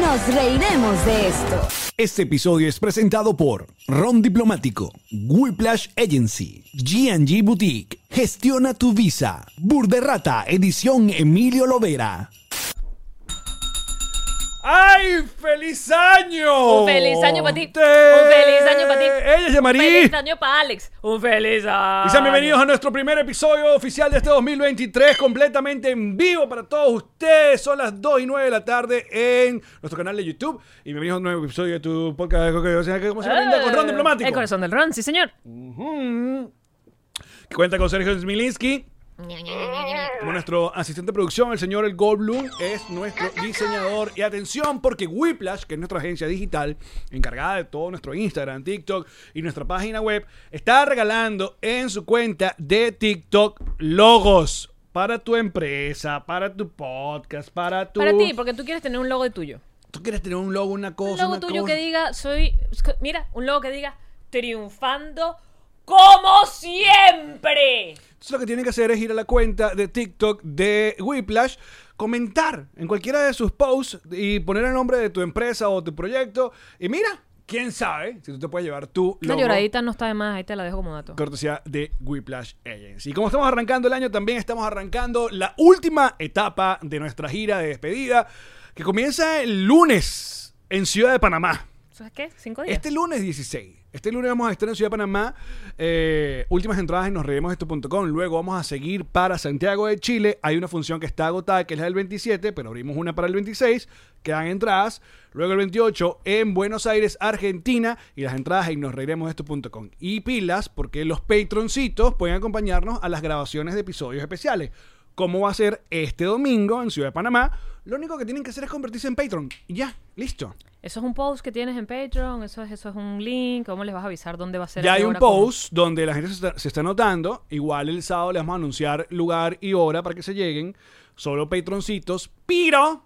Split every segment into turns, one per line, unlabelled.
Nos reiremos de esto.
Este episodio es presentado por Ron Diplomático, Whiplash Agency, GNG Boutique, Gestiona tu Visa, Burderrata, edición Emilio Lovera.
¡Ay, feliz año!
Un feliz año para ti. Un feliz año para ti.
Ella es
Un feliz
Yamari.
año para Alex. Un feliz año.
Y sean bienvenidos a nuestro primer episodio oficial de este 2023, completamente en vivo para todos ustedes. Son las 2 y 9 de la tarde en nuestro canal de YouTube. Y bienvenidos a un nuevo episodio de tu podcast. ¿Cómo se llama? Linda? Con Ron Diplomático.
Eh, El corazón del Ron, sí, señor.
que cuenta con Sergio Smilinski. Como nuestro asistente de producción, el señor El Goldblum es nuestro diseñador. Y atención, porque Whiplash, que es nuestra agencia digital encargada de todo nuestro Instagram, TikTok y nuestra página web, está regalando en su cuenta de TikTok logos para tu empresa, para tu podcast, para tu.
Para ti, porque tú quieres tener un logo de tuyo.
Tú quieres tener un logo, una cosa.
Un logo
una
tuyo
cosa?
que diga, soy. Mira, un logo que diga, triunfando como siempre.
Entonces lo que tienen que hacer es ir a la cuenta de TikTok de Whiplash, comentar en cualquiera de sus posts y poner el nombre de tu empresa o tu proyecto. Y mira, quién sabe si tú te puedes llevar tu
Una
logo.
lloradita no está de más, ahí te la dejo como dato.
Cortesía de Whiplash Agency. Y como estamos arrancando el año, también estamos arrancando la última etapa de nuestra gira de despedida, que comienza el lunes en Ciudad de Panamá.
¿Sabes qué? Cinco días.
Este lunes 16. Este lunes vamos a estar en Ciudad de Panamá. eh, últimas entradas en nosreemosesto.com. Luego vamos a seguir para Santiago de Chile. Hay una función que está agotada, que es la del 27, pero abrimos una para el 26. Quedan entradas. Luego el 28 en Buenos Aires, Argentina. Y las entradas en nosreemosesto.com. Y pilas, porque los patroncitos pueden acompañarnos a las grabaciones de episodios especiales. Como va a ser este domingo en Ciudad de Panamá? Lo único que tienen que hacer es convertirse en Patreon. Y ya, listo.
Eso es un post que tienes en Patreon, eso es, eso es un link. ¿Cómo les vas a avisar dónde va a ser?
Ya
a
hay
qué
un
hora, cómo?
post donde la gente se está, se está anotando. Igual el sábado les vamos a anunciar lugar y hora para que se lleguen. Solo patroncitos. Pero.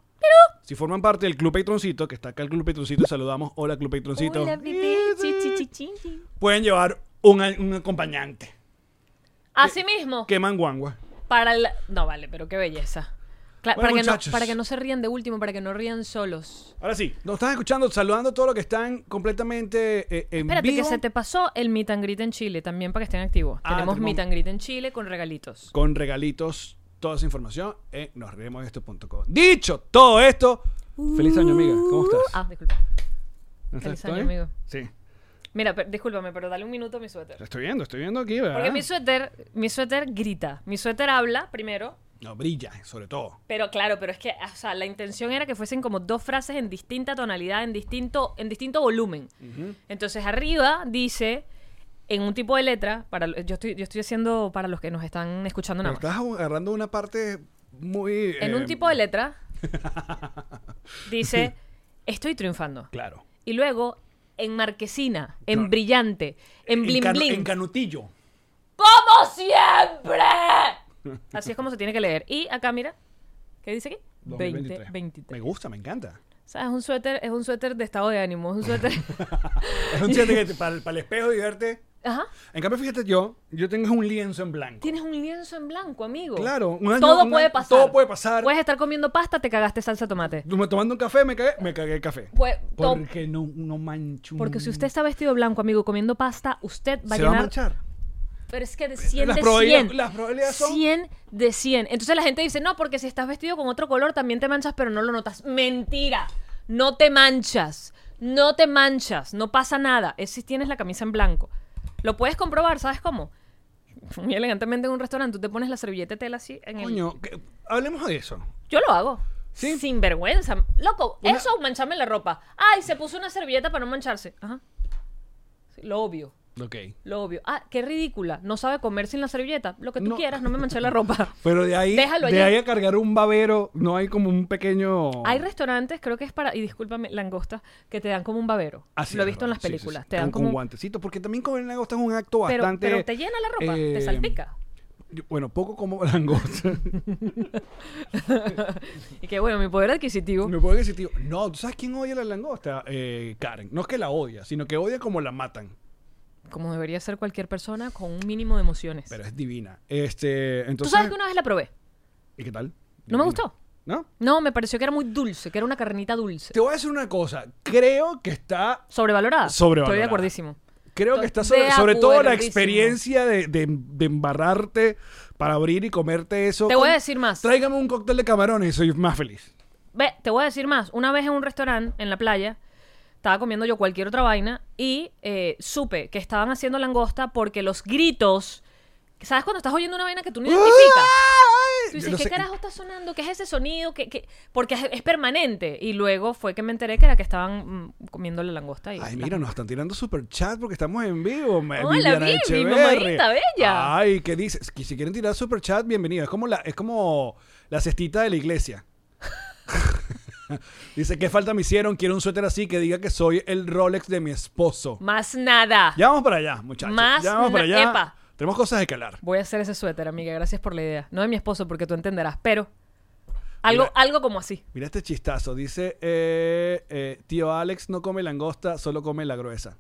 Si forman parte del Club Patroncito, que está acá el Club Patroncito, saludamos. Hola, Club Patroncito.
Hola, bebé. Chi, chi, chi, chi, chi.
Pueden llevar un, un acompañante. Eh,
Así mismo.
Queman guangua.
Para el... No, vale, pero qué belleza. Cla-
Bueno,
para, que
muchachos.
no, para que no se rían de último, para que no rían solos.
Ahora sí, nos están escuchando, saludando a todos los que están completamente eh, en
Espérate,
vivo
que se te pasó el meet and greet en Chile también para que estén activos.
Ah,
tenemos
tenemos-
meet and greet en Chile con regalitos.
con regalitos. Toda esa información eh, en nosreemosesto.com. Dicho todo esto, feliz año, amiga. ¿Cómo estás?
Ah, disculpa.
¿No estás-
feliz
todo
año,
bien?
amigo.
Sí.
Mira, per- discúlpame, pero dale un minuto a mi suéter.
Estoy viendo, estoy viendo aquí, ¿verdad?
Porque mi suéter, mi suéter grita. Mi suéter habla primero.
No, brilla, sobre todo.
Pero claro, pero es que, o sea, la intención era que fuesen como dos frases en distinta tonalidad, en distinto, en distinto volumen. Entonces arriba dice, en un tipo de letra, para lo- yo estoy, yo estoy haciendo para los que nos están escuchando
Pero
nada más.
estás agarrando una parte muy...
En
eh,
un tipo de letra dice, estoy triunfando.
Claro.
Y luego, en marquesina, en
No.
brillante, en bling
canu-
bling.
En canutillo.
¡Como siempre! Así es como se tiene que leer. Y acá, mira, ¿qué dice aquí?
2023.
2023.
Me gusta, me encanta.
O sea, es un suéter, es un suéter de estado de ánimo, es un suéter.
Es un chiste que te- para, el- para el espejo diverte.
Ajá.
En cambio, fíjate yo, yo tengo un lienzo en blanco.
Tienes un lienzo en blanco, amigo.
Claro, un año-
todo
un
puede
año-
pasar.
todo puede pasar.
Puedes estar comiendo pasta, te cagaste salsa de tomate.
Tú me- Tomando un café, me cagué, me cagué el café.
Pues, to-
Porque no, no mancho. un-
porque si usted está vestido de blanco, amigo, comiendo pasta, usted va a
Se va a
llenar.
manchar.
pero es que de 100
Las
de
probabilidades-
100.
las probabilidades son-
100 de 100. Entonces la gente dice, no, porque si estás vestido con otro color también te manchas, pero no lo notas. Mentira. No te manchas. No te manchas. No pasa nada. Es si tienes la camisa en blanco. Lo puedes comprobar, ¿sabes cómo? Muy elegantemente en un restaurante, tú te pones la servilleta de tela así en el-
Coño, que- hablemos de eso.
Yo lo hago.
¿Sí?
Sin vergüenza. Loco,
Una-
eso mancharme la ropa. Ay, se puso una servilleta para no mancharse. Ajá. Sí, Lo obvio.
Ok.
Lo obvio. Ah, qué ridícula. No sabe comer sin la servilleta. Lo que tú
No.
quieras, no me manché la ropa.
Pero de ahí,
Déjalo
de
allá.
ahí a cargar un babero, no hay como un pequeño...
Hay restaurantes, creo que es para, y discúlpame, langosta, que te dan como un babero.
Así
Lo he
es,
visto en las
¿verdad? Ah, Sí, sí,
películas.
sí.
Te
Con-
dan
con
como.
guantecitos, porque también comer langosta es un acto
pero,
bastante.
pero te llena la ropa,
eh,
te salpica.
yo- bueno, poco como langosta.
Y que bueno, mi poder adquisitivo.
Me puedo decir, tío, no, ¿tú sabes quién odia la langosta? Eh, Karen. No es que la odia, sino que odia como la matan.
Como debería ser cualquier persona con un mínimo de emociones.
Pero es divina. Este,
Tú
entonces.
sabes que una vez la probé.
¿Y qué tal?
No
Divina.
me gustó.
¿no?
No, me pareció que era muy dulce, que era una carnita dulce.
Te voy a decir una cosa. Creo que está
Sobrevalorada. Estoy
Sobrevalorada.
de acuerdísimo.
Creo que está
Estoy
sobre,
de
sobre todo la
acuerdísimo.
experiencia de, de- de embarrarte para abrir y comerte eso.
Te
con-
voy a decir más.
Tráigame un cóctel de camarones y soy más feliz.
Ve, te voy a decir más. Una vez en un restaurante en la playa, estaba comiendo yo cualquier otra vaina y eh, supe que estaban haciendo langosta porque los gritos. ¿Sabes cuando estás oyendo una vaina que tú no identificas?
¡Ay!
Tú
¡Ah! Yo
dices,
no
¿qué
sé-
carajo está sonando? ¿Qué es ese sonido? ¿Qué, qué? Porque es, es permanente. Y luego fue que me enteré que era que estaban mm, comiendo la langosta. Y
Ay, mira, nos están tirando super chat porque estamos en vivo. ma-
Hola,
Viviana
Vivi,
Echeverri.
mamadita bella.
Ay, ¿qué dices? Que Si quieren tirar super chat, bienvenido. Es como la, es como la cestita de la iglesia. Dice, ¿qué falta me hicieron? Quiero un suéter así que diga que soy el Rolex de mi esposo.
Más nada.
Ya vamos para allá, muchachos.
Más
ya vamos para
na-
allá.
epa.
Tenemos cosas de calar.
Voy a hacer ese suéter, amiga. Gracias por la idea. No de mi esposo, porque tú entenderás. Pero algo,
Mira.
algo como así.
Mira este chistazo. Dice, eh, eh, tío Alex no come langosta, solo come la gruesa.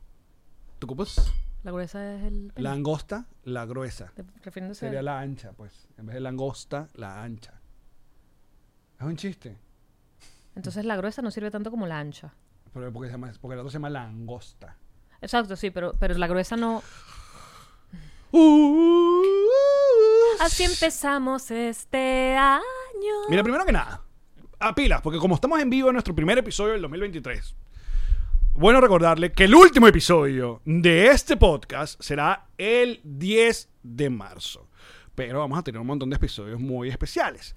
¿Tú ocupas?
La gruesa es el. pene,
Langosta, la gruesa.
de- refiriéndose
Sería
al-
la ancha, pues. En vez de langosta, la ancha. Es un chiste.
Entonces la gruesa no sirve tanto como la ancha.
Pero porque, se llama, porque el otro se llama langosta.
Exacto, sí, pero, pero la gruesa no. Así empezamos este año.
Mira, primero que nada, a pilas, porque como estamos en vivo en nuestro primer episodio del 2023, bueno recordarle que el último episodio de este podcast será el 10 de marzo. Pero vamos a tener un montón de episodios muy especiales.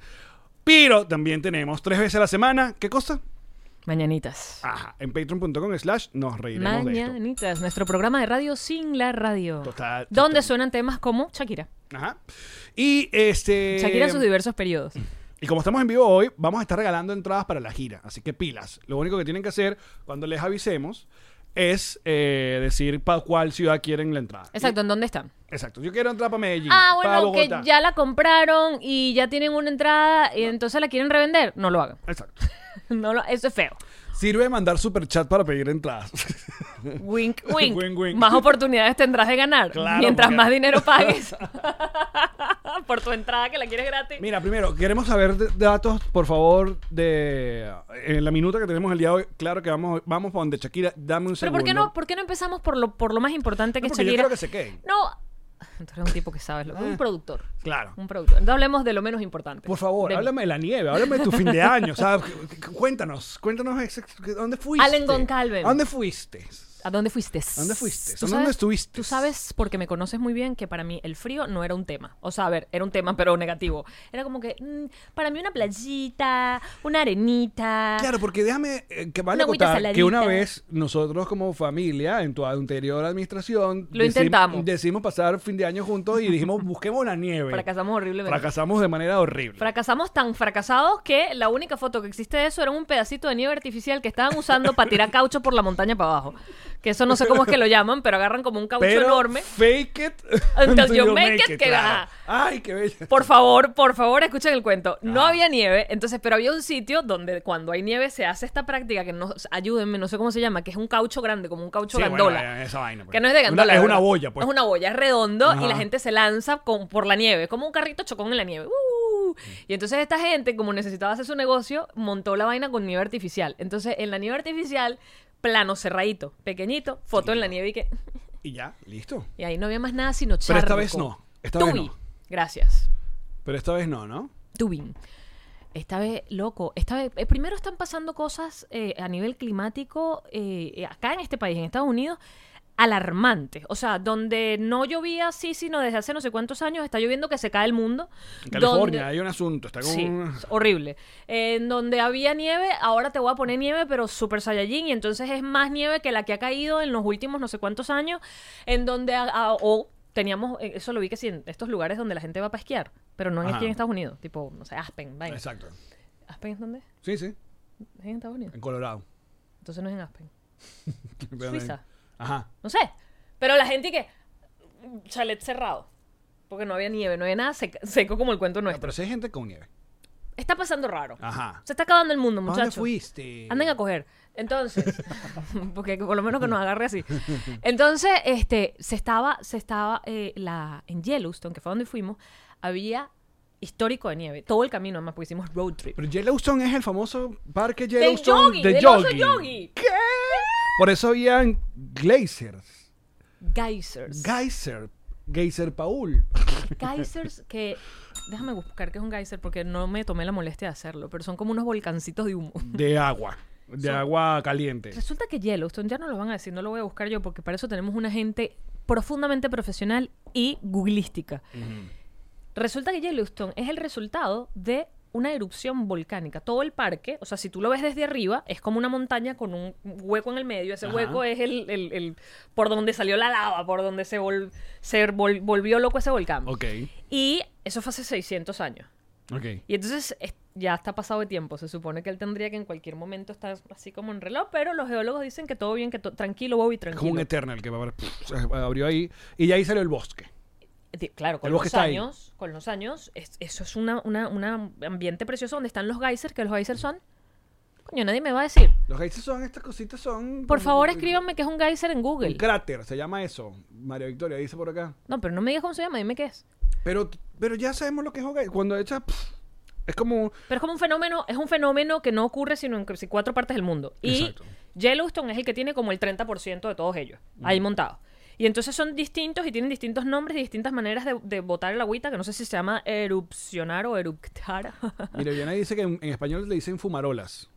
Pero también tenemos tres veces a la semana, ¿qué cosa?
Mañanitas.
Ajá, en patreon.com slash nos reiremos Ah, de esto.
Mañanitas, nuestro programa de radio sin la radio.
Total, total.
Donde suenan temas como Shakira.
Ajá. Y este...
Shakira en sus diversos periodos.
Y como estamos en vivo hoy, vamos a estar regalando entradas para la gira. Así que pilas. Lo único que tienen que hacer cuando les avisemos es eh, decir para cuál ciudad quieren la entrada.
Exacto, ¿en dónde están?
Y- exacto. Yo quiero entrar para Medellín.
Ah,
para
bueno, que
Bogotá.
ya la compraron y ya tienen una entrada y entonces la quieren revender. No lo hagan.
Exacto.
No lo- eso es feo.
Sirve mandar superchat para pedir entradas.
Wink, wink.
Wink, wink.
Más oportunidades tendrás de ganar.
Claro,
mientras
porque-
más dinero pagues por tu entrada que la quieres gratis.
Mira, primero, queremos saber de- datos, por favor, de en la minuta que tenemos el día de hoy. Claro que vamos, vamos para donde Shakira. Dame un
Pero
segundo.
¿por qué, no, ¿por qué no empezamos por lo, por lo más importante que
No,
es
porque yo
Shakira?
creo que se queden.
No. Tú eres un tipo que sabes, lo- un productor.
Claro.
Un productor. Entonces hablemos de lo menos importante.
Por favor,
De mí.
háblame de la nieve, háblame de tu fin de año, ¿sabes? Cuéntanos, cuéntanos ex- ex- dónde fuiste.
Allen Goncalves.
¿A dónde fuiste?
¿A dónde fuiste?
¿A dónde fuiste?
¿Tú
¿A dónde
sabes-
estuviste?
Tú sabes, porque me conoces muy bien, que para mí el frío no era un tema. O sea, a ver, era un tema, pero negativo. Era como que, mm, para mí una playita, una arenita.
Claro, porque déjame eh, que vale
Ah. Una agüita
acotar que una
saladita.
vez nosotros como familia en tu anterior administración
Lo
decim-
intentamos.
Decidimos pasar fin de año juntos y dijimos busquemos la nieve.
Fracasamos horriblemente.
Fracasamos de manera horrible.
Fracasamos tan fracasados que la única foto que existe de eso era un pedacito de nieve artificial que estaban usando para tirar caucho por la montaña para abajo. Que eso no sé cómo es que lo llaman, pero agarran como un caucho
Pero
enorme.
fake it
Until you
you
make it, que
claro.
va.
Ay, qué bella.
Por favor, por favor, escuchen el cuento. No
Ah.
había nieve, entonces, pero había un sitio donde cuando hay nieve se hace esta práctica que no, ayúdenme, no sé cómo se llama, que es un caucho grande, como un caucho
Sí, bueno,
gandola.
esa vaina, pues.
Que no es de
Una-
gandola.
es
¿verdad?
una boya, pues.
Es una boya, es redondo
Ajá.
y la gente se lanza con, por la nieve, es como un carrito chocón en la nieve. ¡Uh! Y entonces esta gente, como necesitaba hacer su negocio, montó la vaina con nieve artificial. Entonces, en la nieve artificial, plano cerradito, pequeñito, foto en la nieve y que...
Y ya, listo.
Y ahí no había más nada sino
Pero
charco.
esta vez no, esta vez
Tubi.
no.
Gracias.
Pero esta vez no, ¿no?
Tubin. Esta vez, loco, esta vez, eh, primero están pasando cosas eh, a nivel climático eh, eh, acá en este país, en Estados Unidos, alarmantes. O sea, donde no llovía así, sino desde hace no sé cuántos años está lloviendo que se cae el mundo.
En California
Donde-
hay un asunto, está con
Sí,
un-
es horrible. En donde había nieve, ahora te voy a poner nieve, pero super saiyajin, y entonces es más nieve que la que ha caído en los últimos no sé cuántos años, en donde a- a- o teníamos, eh, eso lo vi que sí, en estos lugares donde la gente va para esquiar, pero no en
Ajá.
aquí en Estados Unidos, tipo, no sé, Aspen, vaina.
Exacto.
¿Aspen es dónde?
Sí, sí,
¿Es en Estados Unidos?
en Colorado.
Entonces no es en Aspen.
Pero
Suiza.
ahí- Ajá.
No sé. Pero la gente que. Chalet cerrado. Porque no había nieve, no había nada seca- seco como el cuento
No,
nuestro.
pero si hay gente con nieve.
Está pasando raro.
Ajá.
Se está acabando el mundo,
¿A dónde
muchachos.
fuiste?
Anden a coger. Entonces, porque por lo menos que nos agarre así. Entonces, este, se estaba, se estaba, eh, la, en Yellowstone, que fue donde fuimos, había histórico de nieve. Todo el camino, además, porque hicimos road trip.
Pero Yellowstone es el famoso parque
Del
Yellowstone
Yogi,
de
del oso
jogging.
Yogi.
¿Qué? Por eso habían geysers.
Geysers.
Geyser. Geyser Paul.
Geysers que... Déjame buscar qué es un geyser porque no me tomé la molestia de hacerlo, pero son como unos volcancitos de humo.
De agua. De agua caliente.
Resulta que Yellowstone, ya no lo van a decir, no lo voy a buscar yo, porque para eso tenemos una gente profundamente profesional y googlística. Resulta que Yellowstone es el resultado de una erupción volcánica. Todo el parque, o sea, si tú lo ves desde arriba, es como una montaña con un hueco en el medio. Ese
Ajá.
hueco es el, el- el- por donde salió la lava, por donde se, vol- se vol- volvió loco ese volcán.
Ok.
Y eso fue hace 600 años.
Ok.
Y entonces es- ya está pasado de tiempo. Se supone que él tendría que en cualquier momento estar así como en reloj, pero los geólogos dicen que todo bien, que to- tranquilo, Bobby,
Es como
tranquilo.
un Eternal que va a haber- pff, se abrió ahí. Y de ahí salió el bosque.
Di- claro, con
el bosque
los
está ahí.
años, con los años, es- eso es un una, una ambiente precioso donde están los geysers, que los geysers son. Coño, nadie me va a decir.
Los geysers son, estas cositas son.
Por favor,
escriban
escríbanme qué es un geyser en
Un
Google.
cráter, se llama eso. María Victoria dice por acá.
No, pero no me digas cómo se llama, dime qué es.
Pero, pero ya sabemos lo que es un geyser. Cuando echas. pff, Es como.
Pero es como un fenómeno, es un fenómeno que no ocurre sino en casi cuatro partes del mundo. Y
Exacto.
Yellowstone es el que tiene como el 30% de todos ellos, ahí montados. Y entonces son distintos y tienen distintos nombres y distintas maneras de, de botar el agüita, que no sé si se llama erupcionar o eructar. Ah.
Mira, Viana dice que en, en español le dicen fumarolas.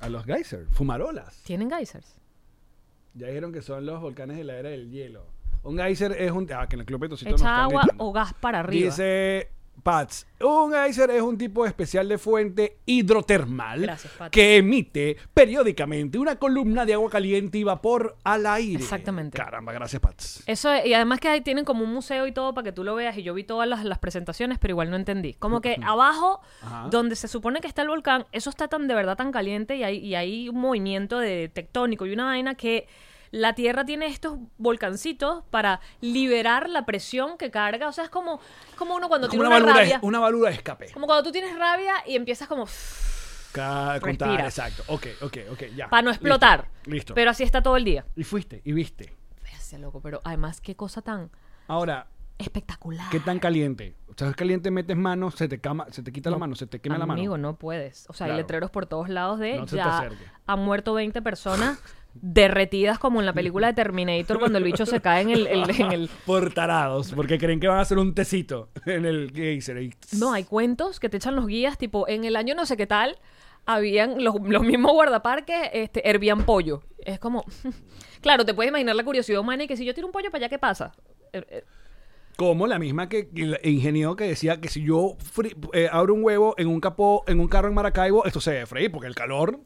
A los geysers, fumarolas.
Tienen geysers.
Ya dijeron que son los volcanes de la era del hielo. Un geyser es un. Ah, que en el club Petocito nos están
Echa agua
gritando.
o gas para arriba.
Dice Pats, un geyser es un tipo especial de fuente hidrotermal
Gracias, Pats.
que emite periódicamente una columna de agua caliente y vapor al aire.
Exactamente.
Caramba, gracias Pats.
Eso, y además que ahí tienen como un museo y todo para que tú lo veas. Y yo vi todas las, las presentaciones, pero igual no entendí. Como que abajo,
Ajá.
donde se supone que está el volcán, eso está tan de verdad tan caliente y hay, y hay un movimiento de tectónico y una vaina que la Tierra tiene estos volcancitos para liberar la presión que carga. O sea, es como, es como uno cuando
Como
tiene
una
una,
válvula, de,
rabia.
una válvula de escape.
Como cuando tú tienes rabia y empiezas como
Ca- contar,
Respira.
exacto. Ok, ok, ok, ya.
para no
Listo,
explotar.
Listo.
Pero así está todo el día.
Y fuiste, y viste.
Fíjate, loco, pero además qué cosa tan
Ahora,
espectacular.
¿qué tan caliente? O sea, es caliente, metes mano, se te, cama, se te quita la
No,
mano, se te quema la mano.
Amigo, no puedes. O sea, hay
Claro.
letreros por todos lados de
No se te
ya
acerque.
han muerto 20 personas derretidas como en la película de Terminator cuando el bicho se cae en el... el- en el-
Por tarados, porque creen que van a hacer un tecito en el geyser. y-
No, hay cuentos que te echan los guías, tipo, en el año no sé qué tal, habían los, los mismos guardaparques, este, hervían pollo. Es como... claro, te puedes imaginar la curiosidad humana y que si yo tiro un pollo para allá, ¿qué pasa? Eh, eh,
Como la misma que que el ingeniero que decía que si yo fri- eh, abro un huevo en un capó, en un carro en Maracaibo, esto se debe freír porque el calor.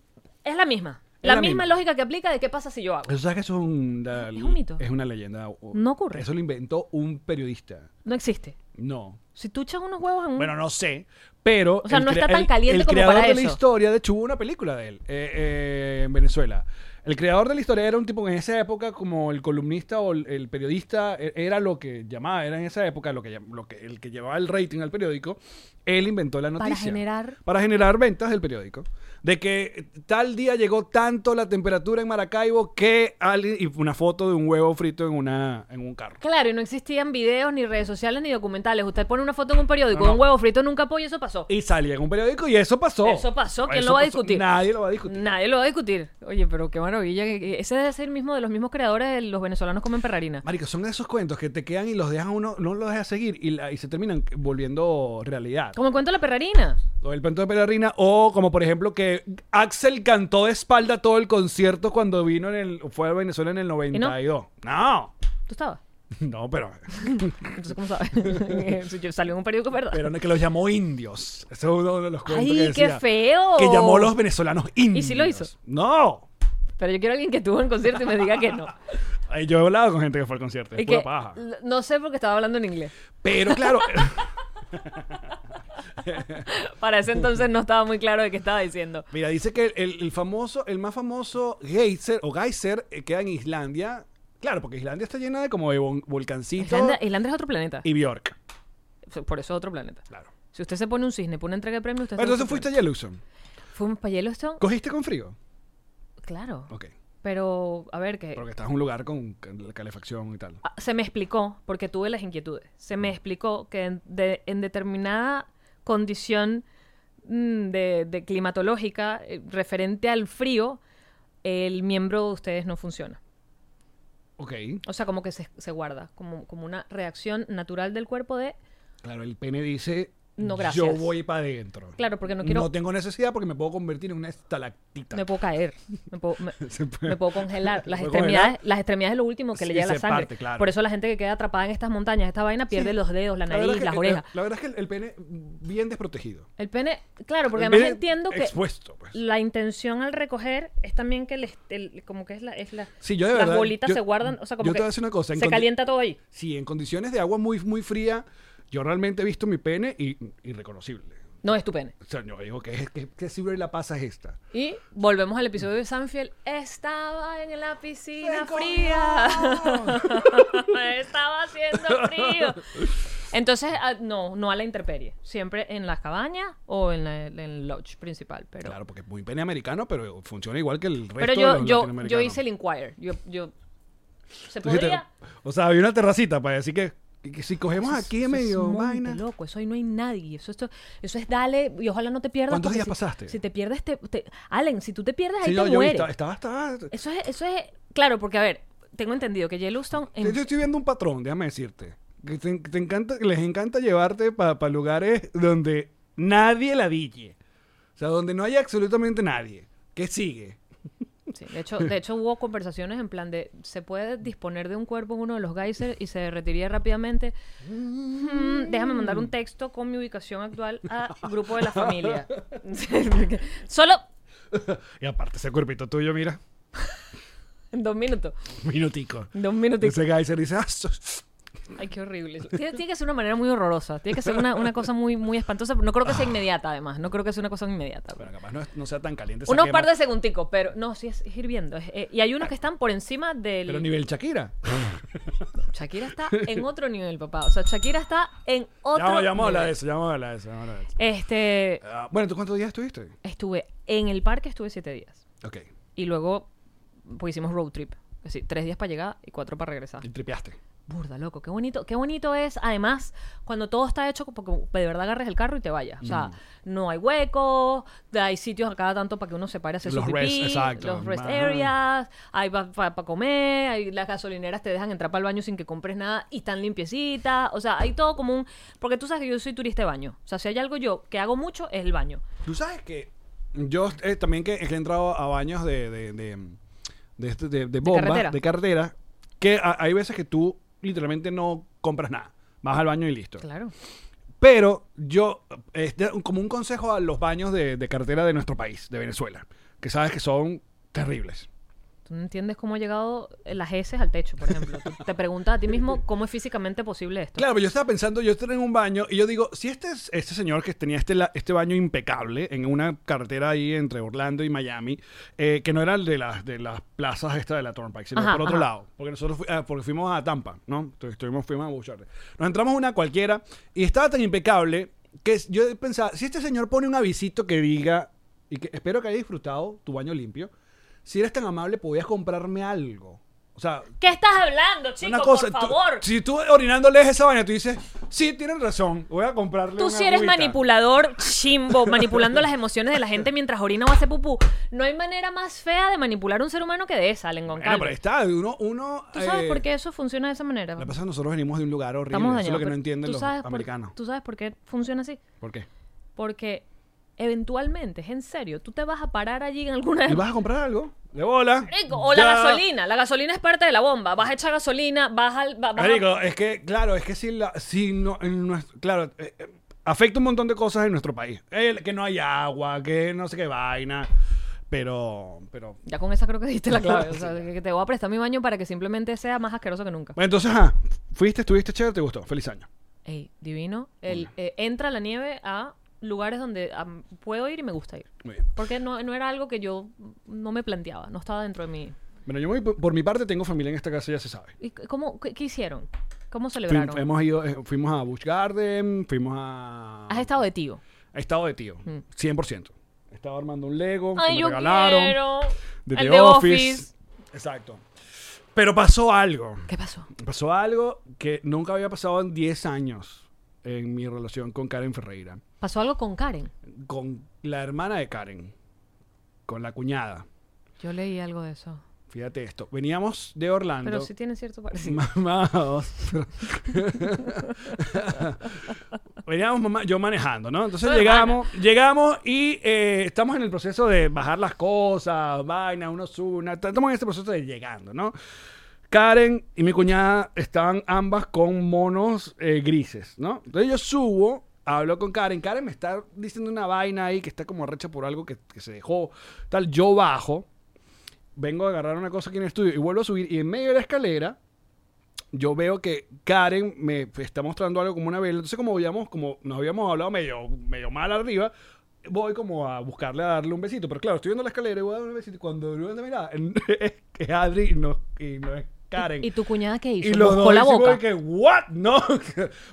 Es la misma.
Es
La,
la
misma
misma.
lógica que aplica de qué pasa si yo hago.
Eso sabes que eso es un, la-
Es un mito.
Es una leyenda. o-
No ocurre.
Eso lo inventó un periodista.
No existe.
No.
Si tú echas unos huevos en un...
Bueno, no sé, pero.
O sea,
el
no
cre-
está tan
el-
caliente
el
como
creador
para
de la
eso.
historia, de hecho, hubo una película de él eh, eh, en Venezuela. El creador de la historia era un tipo que en esa época, como el columnista o el, el periodista, e- era lo que llamaba, era en esa época lo que, llam- lo que el que llevaba el rating al periódico. Él inventó la
Para
noticia.
generar-
Para generar ventas del periódico. De que tal día llegó tanto la temperatura en Maracaibo que alguien. Y una foto de un huevo frito en, una, en un carro.
Claro, y no existían videos, ni redes sociales, ni documentales. Usted pone una foto en un periódico,
No, no.
un huevo frito en un capó y eso pasó.
Y salía en un periódico y eso pasó.
Eso pasó, ¿quién
Eso
lo va a
pasó.
discutir?
Nadie lo va a discutir.
Nadie lo va a discutir. Oye, pero qué maravilla. que- que- Ese debe ser mismo de los mismos creadores de Los venezolanos comen perrarina.
Marico, son esos cuentos que te quedan y los dejas a uno, no los dejas seguir y, la- y se terminan volviendo realidad.
Como el cuento de la perrarina.
O el cuento de Peregrina, o como por ejemplo que Axel cantó de espalda todo el concierto cuando vino en el, fue a Venezuela en el 92. No,
¿Tú estabas?
no, pero,
Entonces, ¿cómo sabes? Si yo- Salió en un periódico, es ¿verdad?
pero no, que los llamó indios. Ese es uno de los cuentos que
¡Ay, qué
decía,
feo!
Que llamó a los venezolanos indios.
sí lo hizo?
No.
Pero yo quiero a alguien que estuvo en el concierto y me diga que no.
Ay, Yo he hablado con gente que fue al concierto. Es
Y
pura
que,
paja.
l- No sé porque estaba hablando en inglés.
Pero claro.
Para ese entonces no estaba muy claro de qué estaba diciendo.
Mira, dice que el, el famoso, el más famoso geyser o geyser eh, queda en Islandia. Claro, porque Islandia está llena de como de vol- volcancitos
Islandia, Islandia es otro planeta.
y Bjork.
Por eso es otro planeta.
Claro.
Si usted se pone un cisne, pone entrega de premio, usted
Bueno,
se
entonces fuiste a Yellowstone.
Fuimos para Yellowstone.
¿Cogiste con frío?
Claro.
Ok.
Pero, a ver, que
Porque estás en un lugar con cal- calefacción y tal.
ah, se me explicó, porque tuve las inquietudes, se me explicó que en, de- en determinada condición mm, de, de climatológica eh, referente al frío, el miembro de ustedes no funciona.
Ok.
O sea, como que se, se guarda, como, como una reacción natural del cuerpo de...
Claro, el pene dice.
No,
Yo
gracias.
voy para adentro.
Claro, porque no quiero...
No tengo necesidad porque me puedo convertir en una estalactita.
me puedo caer, me puedo, me-
Se puede-
me puedo congelar. Las
puede
extremidades,
congelar.
las extremidades es lo último que le
Sí,
llega a la
se
sangre.
parte, claro.
Por eso la gente que queda atrapada en estas montañas, esta vaina pierde los dedos, la
verdad
nariz,
es que-
las orejas.
La, la verdad es que el, el pene bien desprotegido.
El pene, claro, porque
El
además
pene
entiendo que
Expuesto, pues.
la intención al recoger es también que el, est- el- como que es la, es la-
Sí, yo de
las
verdad,
bolitas
yo-
se guardan, o sea, como
yo te
que
voy a decir una cosa, en
se
condi-
calienta todo ahí.
Sí, en condiciones de agua muy, muy fría, yo realmente he visto mi pene y irreconocible.
No es tu pene.
O sea, yo digo, ¿qué, qué, qué cibra y la pasa es esta?
Y volvemos al episodio de Sanfield. Estaba en la piscina
¡Se
fría. Estaba haciendo frío. Entonces, ah, no, no a la intemperie. Siempre en la cabaña o en, la- en el lodge principal. Pero,
Claro, porque es muy pene americano, pero funciona igual que el resto
pero
de
yo,
los
yo,
latinoamericanos.
yo hice el inquire. Yo, yo, ¿Se
Tú dijiste,
podría?
O sea, había una terracita para decir que, que si cogemos "Ah, aquí
Eso es
medio
monte,
vaina...
loco, eso ahí no hay nadie. Eso, esto, eso es dale y ojalá no te pierdas.
¿Cuántos
porque
días
si-
pasaste?
Si te pierdes, te, te- Allen, si tú te pierdes,
Sí,
ahí te
yo, yo vi,
mueres.
estaba, estaba, estaba-
Eso es, eso es, claro, porque a ver, tengo entendido que Yellowstone en-
Yo yo estoy viendo un patrón, déjame decirte. Que te, que te encanta, que les encanta llevarte para lugares donde nadie la dille. O sea, donde no hay absolutamente nadie. ¿Qué sigue?
sí, de hecho, de hecho hubo conversaciones en plan de se puede disponer de un cuerpo en uno de los geysers y se derretiría rápidamente. Mm, déjame mandar un texto con mi ubicación actual a grupo de la familia. Solo
Y aparte, ese cuerpito tuyo, mira,
en dos minutos.
minutico.
Dos minutos.
Ese geyser dice, ah, so-
Ay, qué horrible. Tiene, tiene que ser una manera muy horrorosa. Tiene que ser una, una cosa muy, muy espantosa. No creo que sea inmediata, además. No creo que sea una cosa inmediata.
Bueno, capaz no, es- no sea tan caliente. esa
Unos
quema,
par de segunditos, pero no, sí es, es hirviendo. Es- eh, y hay unos que están por encima del.
Pero nivel Shakira.
Shakira está en otro nivel, papá. O sea, Shakira está en
Ya,
otro
vamos- ya vamos a hablar de
nivel.
eso, ya vamos a hablar de eso. ya vamos a hablar de eso.
Este,
Ah, bueno, ¿tú cuántos días estuviste?
estuve en el parque, estuve siete días.
Ok.
Y luego, pues hicimos road trip. Es decir, tres días para llegar y cuatro para regresar.
Y tripeaste.
Burda, loco, qué bonito, qué bonito es, además, cuando todo está hecho, porque de verdad agarres el carro y te vayas. O sea,
Mm.
no hay huecos, hay sitios a cada tanto para que uno se pare a hacer
Los
su
rest,
pipí,
exacto.
los rest
Ajá.
areas, hay para comer, hay las gasolineras te dejan entrar para el baño sin que compres nada y están limpiecitas. O sea, hay todo como un. Porque tú sabes que yo soy turista de baño. O sea, si hay algo yo que hago mucho es el baño.
Tú sabes que yo eh, también que, que he entrado a baños de, de, de, de, este- de- de bomba, de carretera,
carretera.
que a- hay veces que tú literalmente no compras nada. Vas al baño y listo.
Claro.
Pero yo, es de- como un consejo a los baños de, de carretera de nuestro país, de Venezuela, que sabes que son terribles.
Tú no entiendes cómo ha llegado las heces al techo, por ejemplo. Tú te preguntas a ti mismo cómo es físicamente posible esto.
Claro, pero yo estaba pensando, yo estoy en un baño y yo digo, si este, es- este señor que tenía este, la- este baño impecable en una carretera ahí entre Orlando y Miami, eh, que no era el de las, de las plazas esta de la Turnpike, sino
Ajá,
por otro
ajá.
lado, porque nosotros fu- ah, porque fuimos a Tampa, ¿no? Entonces, Estuvimos, fuimos a Bucharre. Nos entramos a una cualquiera y estaba tan impecable que es- yo pensaba, si este señor pone un avisito que diga, y que espero que haya disfrutado tu baño limpio, si eres tan amable, podías comprarme algo. O sea,
¿Qué estás hablando, chico?
una cosa,
por
tú-
favor.
si tú orinándole esa vaina, tú dices, sí, tienen razón, voy a comprarle
Tú
una
si eres
agüita".
manipulador chimbo, manipulando las emociones de la gente mientras orina o hace pupú. No hay manera más fea de manipular a un ser humano que de esa, Lengón
Bueno,
Calvo.
pero ahí está, uno... uno
¿Tú sabes
eh,
por qué eso funciona de esa manera?
Lo que pasa es que nosotros venimos de un lugar horrible,
Estamos
eso es
dañados.
lo que no
pero
entienden
¿tú
los
sabes por-
americanos.
¿Tú sabes por qué funciona así?
¿Por qué?
Porque eventualmente, es en serio, tú te vas a parar allí en alguna...
¿Y vas a comprar algo? De bola.
Marico, O la
Ya.
gasolina. La gasolina es parte de la bomba. Vas a echar gasolina, vas al... va- vas a-
Marico, es que, claro, es que si, la, si no, en nuestro- claro, eh, eh, afecta un montón de cosas en nuestro país. El- que no hay agua, que no sé qué vaina, pero, pero,
Ya con esa creo que diste la clave. O sea, que te voy a prestar mi baño para que simplemente sea más asqueroso que nunca.
Bueno, entonces, ah, fuiste, estuviste chévere, te gustó, feliz año.
Ey, divino. El, eh, entra la nieve a lugares donde am, puedo ir y me gusta ir.
Muy bien.
Porque no, no era algo que yo no me planteaba, no estaba dentro de mí.
Bueno, yo muy- por, por mi parte tengo familia en esta casa, ya se sabe.
¿Y c- cómo, qué, qué hicieron? ¿Cómo
Fui-
celebraron?
hemos ido, eh, fuimos a Busch Garden, fuimos a...
Has estado de tío.
He estado de tío, 100%. He estado armando un Lego, que
Ay,
me
yo
regalaron.
quiero.
De
el
The
de
Office.
Office.
Exacto. Pero pasó algo.
¿Qué pasó?
Pasó algo que nunca había pasado en 10 años en mi relación con Karen Ferreira.
Pasó algo con Karen.
Con la hermana de Karen. Con la cuñada.
Yo leí algo de eso.
Fíjate esto. Veníamos de Orlando.
Pero sí tiene cierto parecido.
Mamados. Veníamos mamá, yo manejando, ¿no? Entonces
Soy
llegamos, llegamos y eh, estamos en el proceso de bajar las cosas, vaina, unos una. Estamos en este proceso de llegando, ¿no? Karen y mi cuñada estaban ambas con monos eh, grises, ¿no? Entonces yo subo, hablo con Karen. Karen me está diciendo una vaina ahí que está como recha por algo que, que se dejó. Tal, yo bajo, vengo a agarrar una cosa aquí en el estudio y vuelvo a subir. Y en medio de la escalera, yo veo que Karen me está mostrando algo como una vela. Entonces, como habíamos, como nos habíamos hablado medio, medio mal arriba, voy como a buscarle a darle un besito. Pero claro, estoy viendo la escalera y voy a darle un besito. Y cuando veo la mirada, es que es Adri y no, y no es Karen.
¿Y tu cuñada qué hizo?
Y los
Buscó
dos
la
hicimos
boca.
de que, ¿what? No.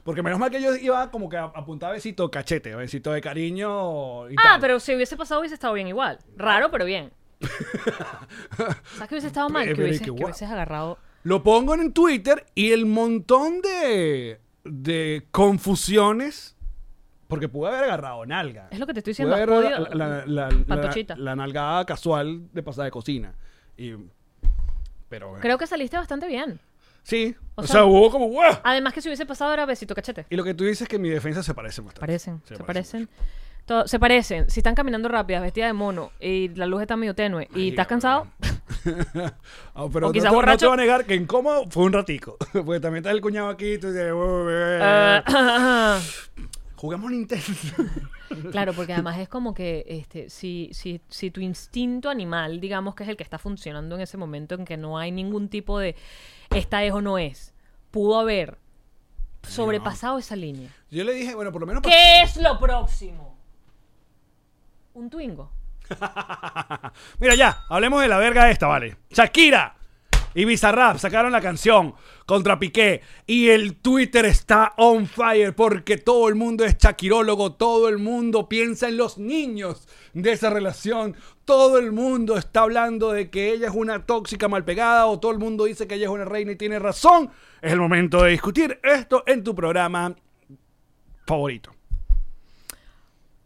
Porque menos mal que yo iba como que apuntaba besito cachete, besito de cariño y
Ah,
tal.
pero si hubiese pasado hubiese estado bien igual. Raro, pero bien. ¿Sabes que hubiese estado mal?
Pero,
Que
pero,
hubieses,
qué
que
guau.
hubieses agarrado...
Lo pongo en Twitter y el montón de, de confusiones. Porque pude haber agarrado nalga.
Es lo que te estoy
Pude
diciendo.
haber
has
la,
podido-
la- la- la-
Pantochita.
la nalgada casual de pasada de cocina. Y, pero bueno.
Creo que saliste bastante bien.
Sí. O,
o
sea,
sea-
hubo como ¡guau!
Además que si hubiese pasado era besito cachete.
Y lo que tú dices es que mi defensa se parece bastante.
Parecen, se,
parece.
parecen. To- se parecen. Si están caminando rápidas, vestidas de mono, y la luz está medio tenue, y estás cansado,
Ah, pero
O
no, te-
quizá
no te
borracho.
voy a negar que incómodo fue un ratico. Porque también está el cuñado aquí y tú dices, "Oh, eh,
eh,
jugamos Nintendo.
Claro, porque además es como que este, si, si, si tu instinto animal, digamos que es el que está funcionando en ese momento en que no hay ningún tipo de esta es o no es, pudo haber sobrepasado esa línea.
Yo le dije, bueno, por lo menos... pa-
¿Qué es lo próximo? Un twingo.
Mira ya, hablemos de la verga esta, vale. Shakira y Bizarrap sacaron la canción contra Piqué y el Twitter está on fire porque todo el mundo es shakirólogo, todo el mundo piensa en los niños de esa relación, todo el mundo está hablando de que ella es una tóxica malpegada o todo el mundo dice que ella es una reina y tiene razón. Es el momento de discutir esto en tu programa favorito.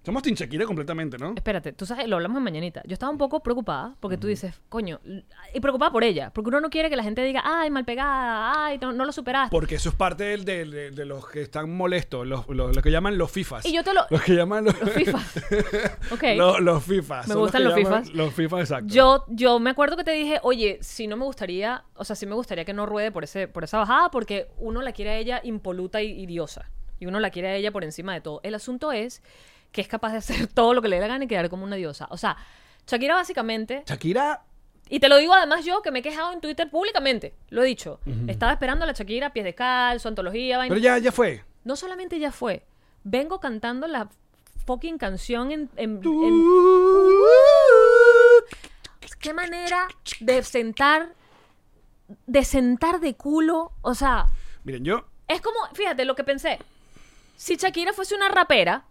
Somos Team Shakira completamente, ¿no?
Espérate, tú sabes, lo hablamos en mañanita. Yo estaba un poco preocupada porque tú dices, coño, l- y preocupada por ella, porque uno no quiere que la gente diga, ay, mal pegada, ay, no, no lo superaste.
Porque eso es parte del, del- de, de los que están molestos, los, los, los que llaman los FIFAs.
Y yo te lo-
Los que llaman los,
Los fifas. Ok.
los, los FIFAs.
Me
son
gustan
que
los
llaman
fifas.
Los FIFAs, exacto.
Yo, yo me acuerdo que te dije, oye, si no me gustaría, o sea, sí me gustaría que no ruede por, ese, por esa bajada, porque uno la quiere a ella impoluta y, y diosa. Y uno la quiere a ella por encima de todo. El asunto es que es capaz de hacer todo lo que le dé la gana y quedar como una diosa. O sea, Shakira básicamente,
Shakira,
y te lo digo además yo, que me he quejado en Twitter públicamente, lo he dicho. Estaba esperando a la Shakira, pies descalzo, antología, vaina.
pero ya, ya fue.
No solamente ya fue, vengo cantando la fucking canción en- en- en qué manera de sentar de sentar de culo, o sea,
Miren, yo.
es como, fíjate lo que pensé. Si Shakira fuese una rapera,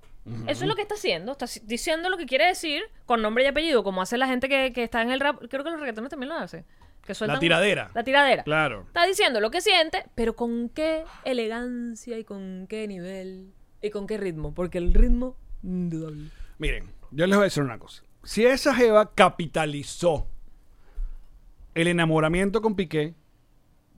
eso es lo que está haciendo, está si- diciendo lo que quiere decir con nombre y apellido, como hace la gente que, que está en el rap, creo que los reggaetones también lo hacen. Que sueltan-
tiradera.
La tiradera.
Claro.
Está diciendo lo que siente, pero con qué elegancia y con qué nivel y con qué ritmo, porque el ritmo indudable.
Miren, yo les voy a decir una cosa. Si esa Jeva capitalizó el enamoramiento con Piqué,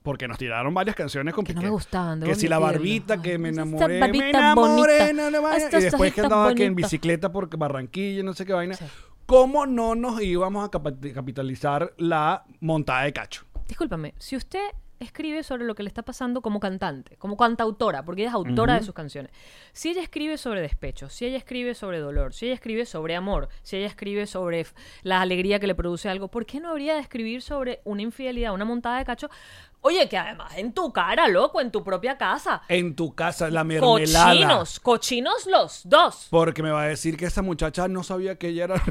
porque nos tiraron varias canciones con
que
Piqué.
no me gustaban. debo
Que si la
admitirlo.
barbita,
Ay,
que me
esa
enamoré, me
barbita
enamoré,
bonita.
no, no, vaya.
Esta
y después que
ceja
andaba que en
bonita.
bicicleta por Barranquilla, no sé qué vaina.
Sí.
¿Cómo no nos íbamos a capa- capitalizar la montada de cacho?
Discúlpame, si usted escribe sobre lo que le está pasando como cantante, como cantautora, porque ella es autora de sus canciones, si ella escribe sobre despecho, si ella escribe sobre dolor, si ella escribe sobre amor, si ella escribe sobre f- la alegría que le produce algo, ¿por qué no habría de escribir sobre una infidelidad, una montada de cacho? Oye, que además en tu cara, loco, en tu propia casa.
En tu casa, la mermelada.
Cochinos, cochinos los dos.
Porque me va a decir que esa muchacha no sabía que ella era...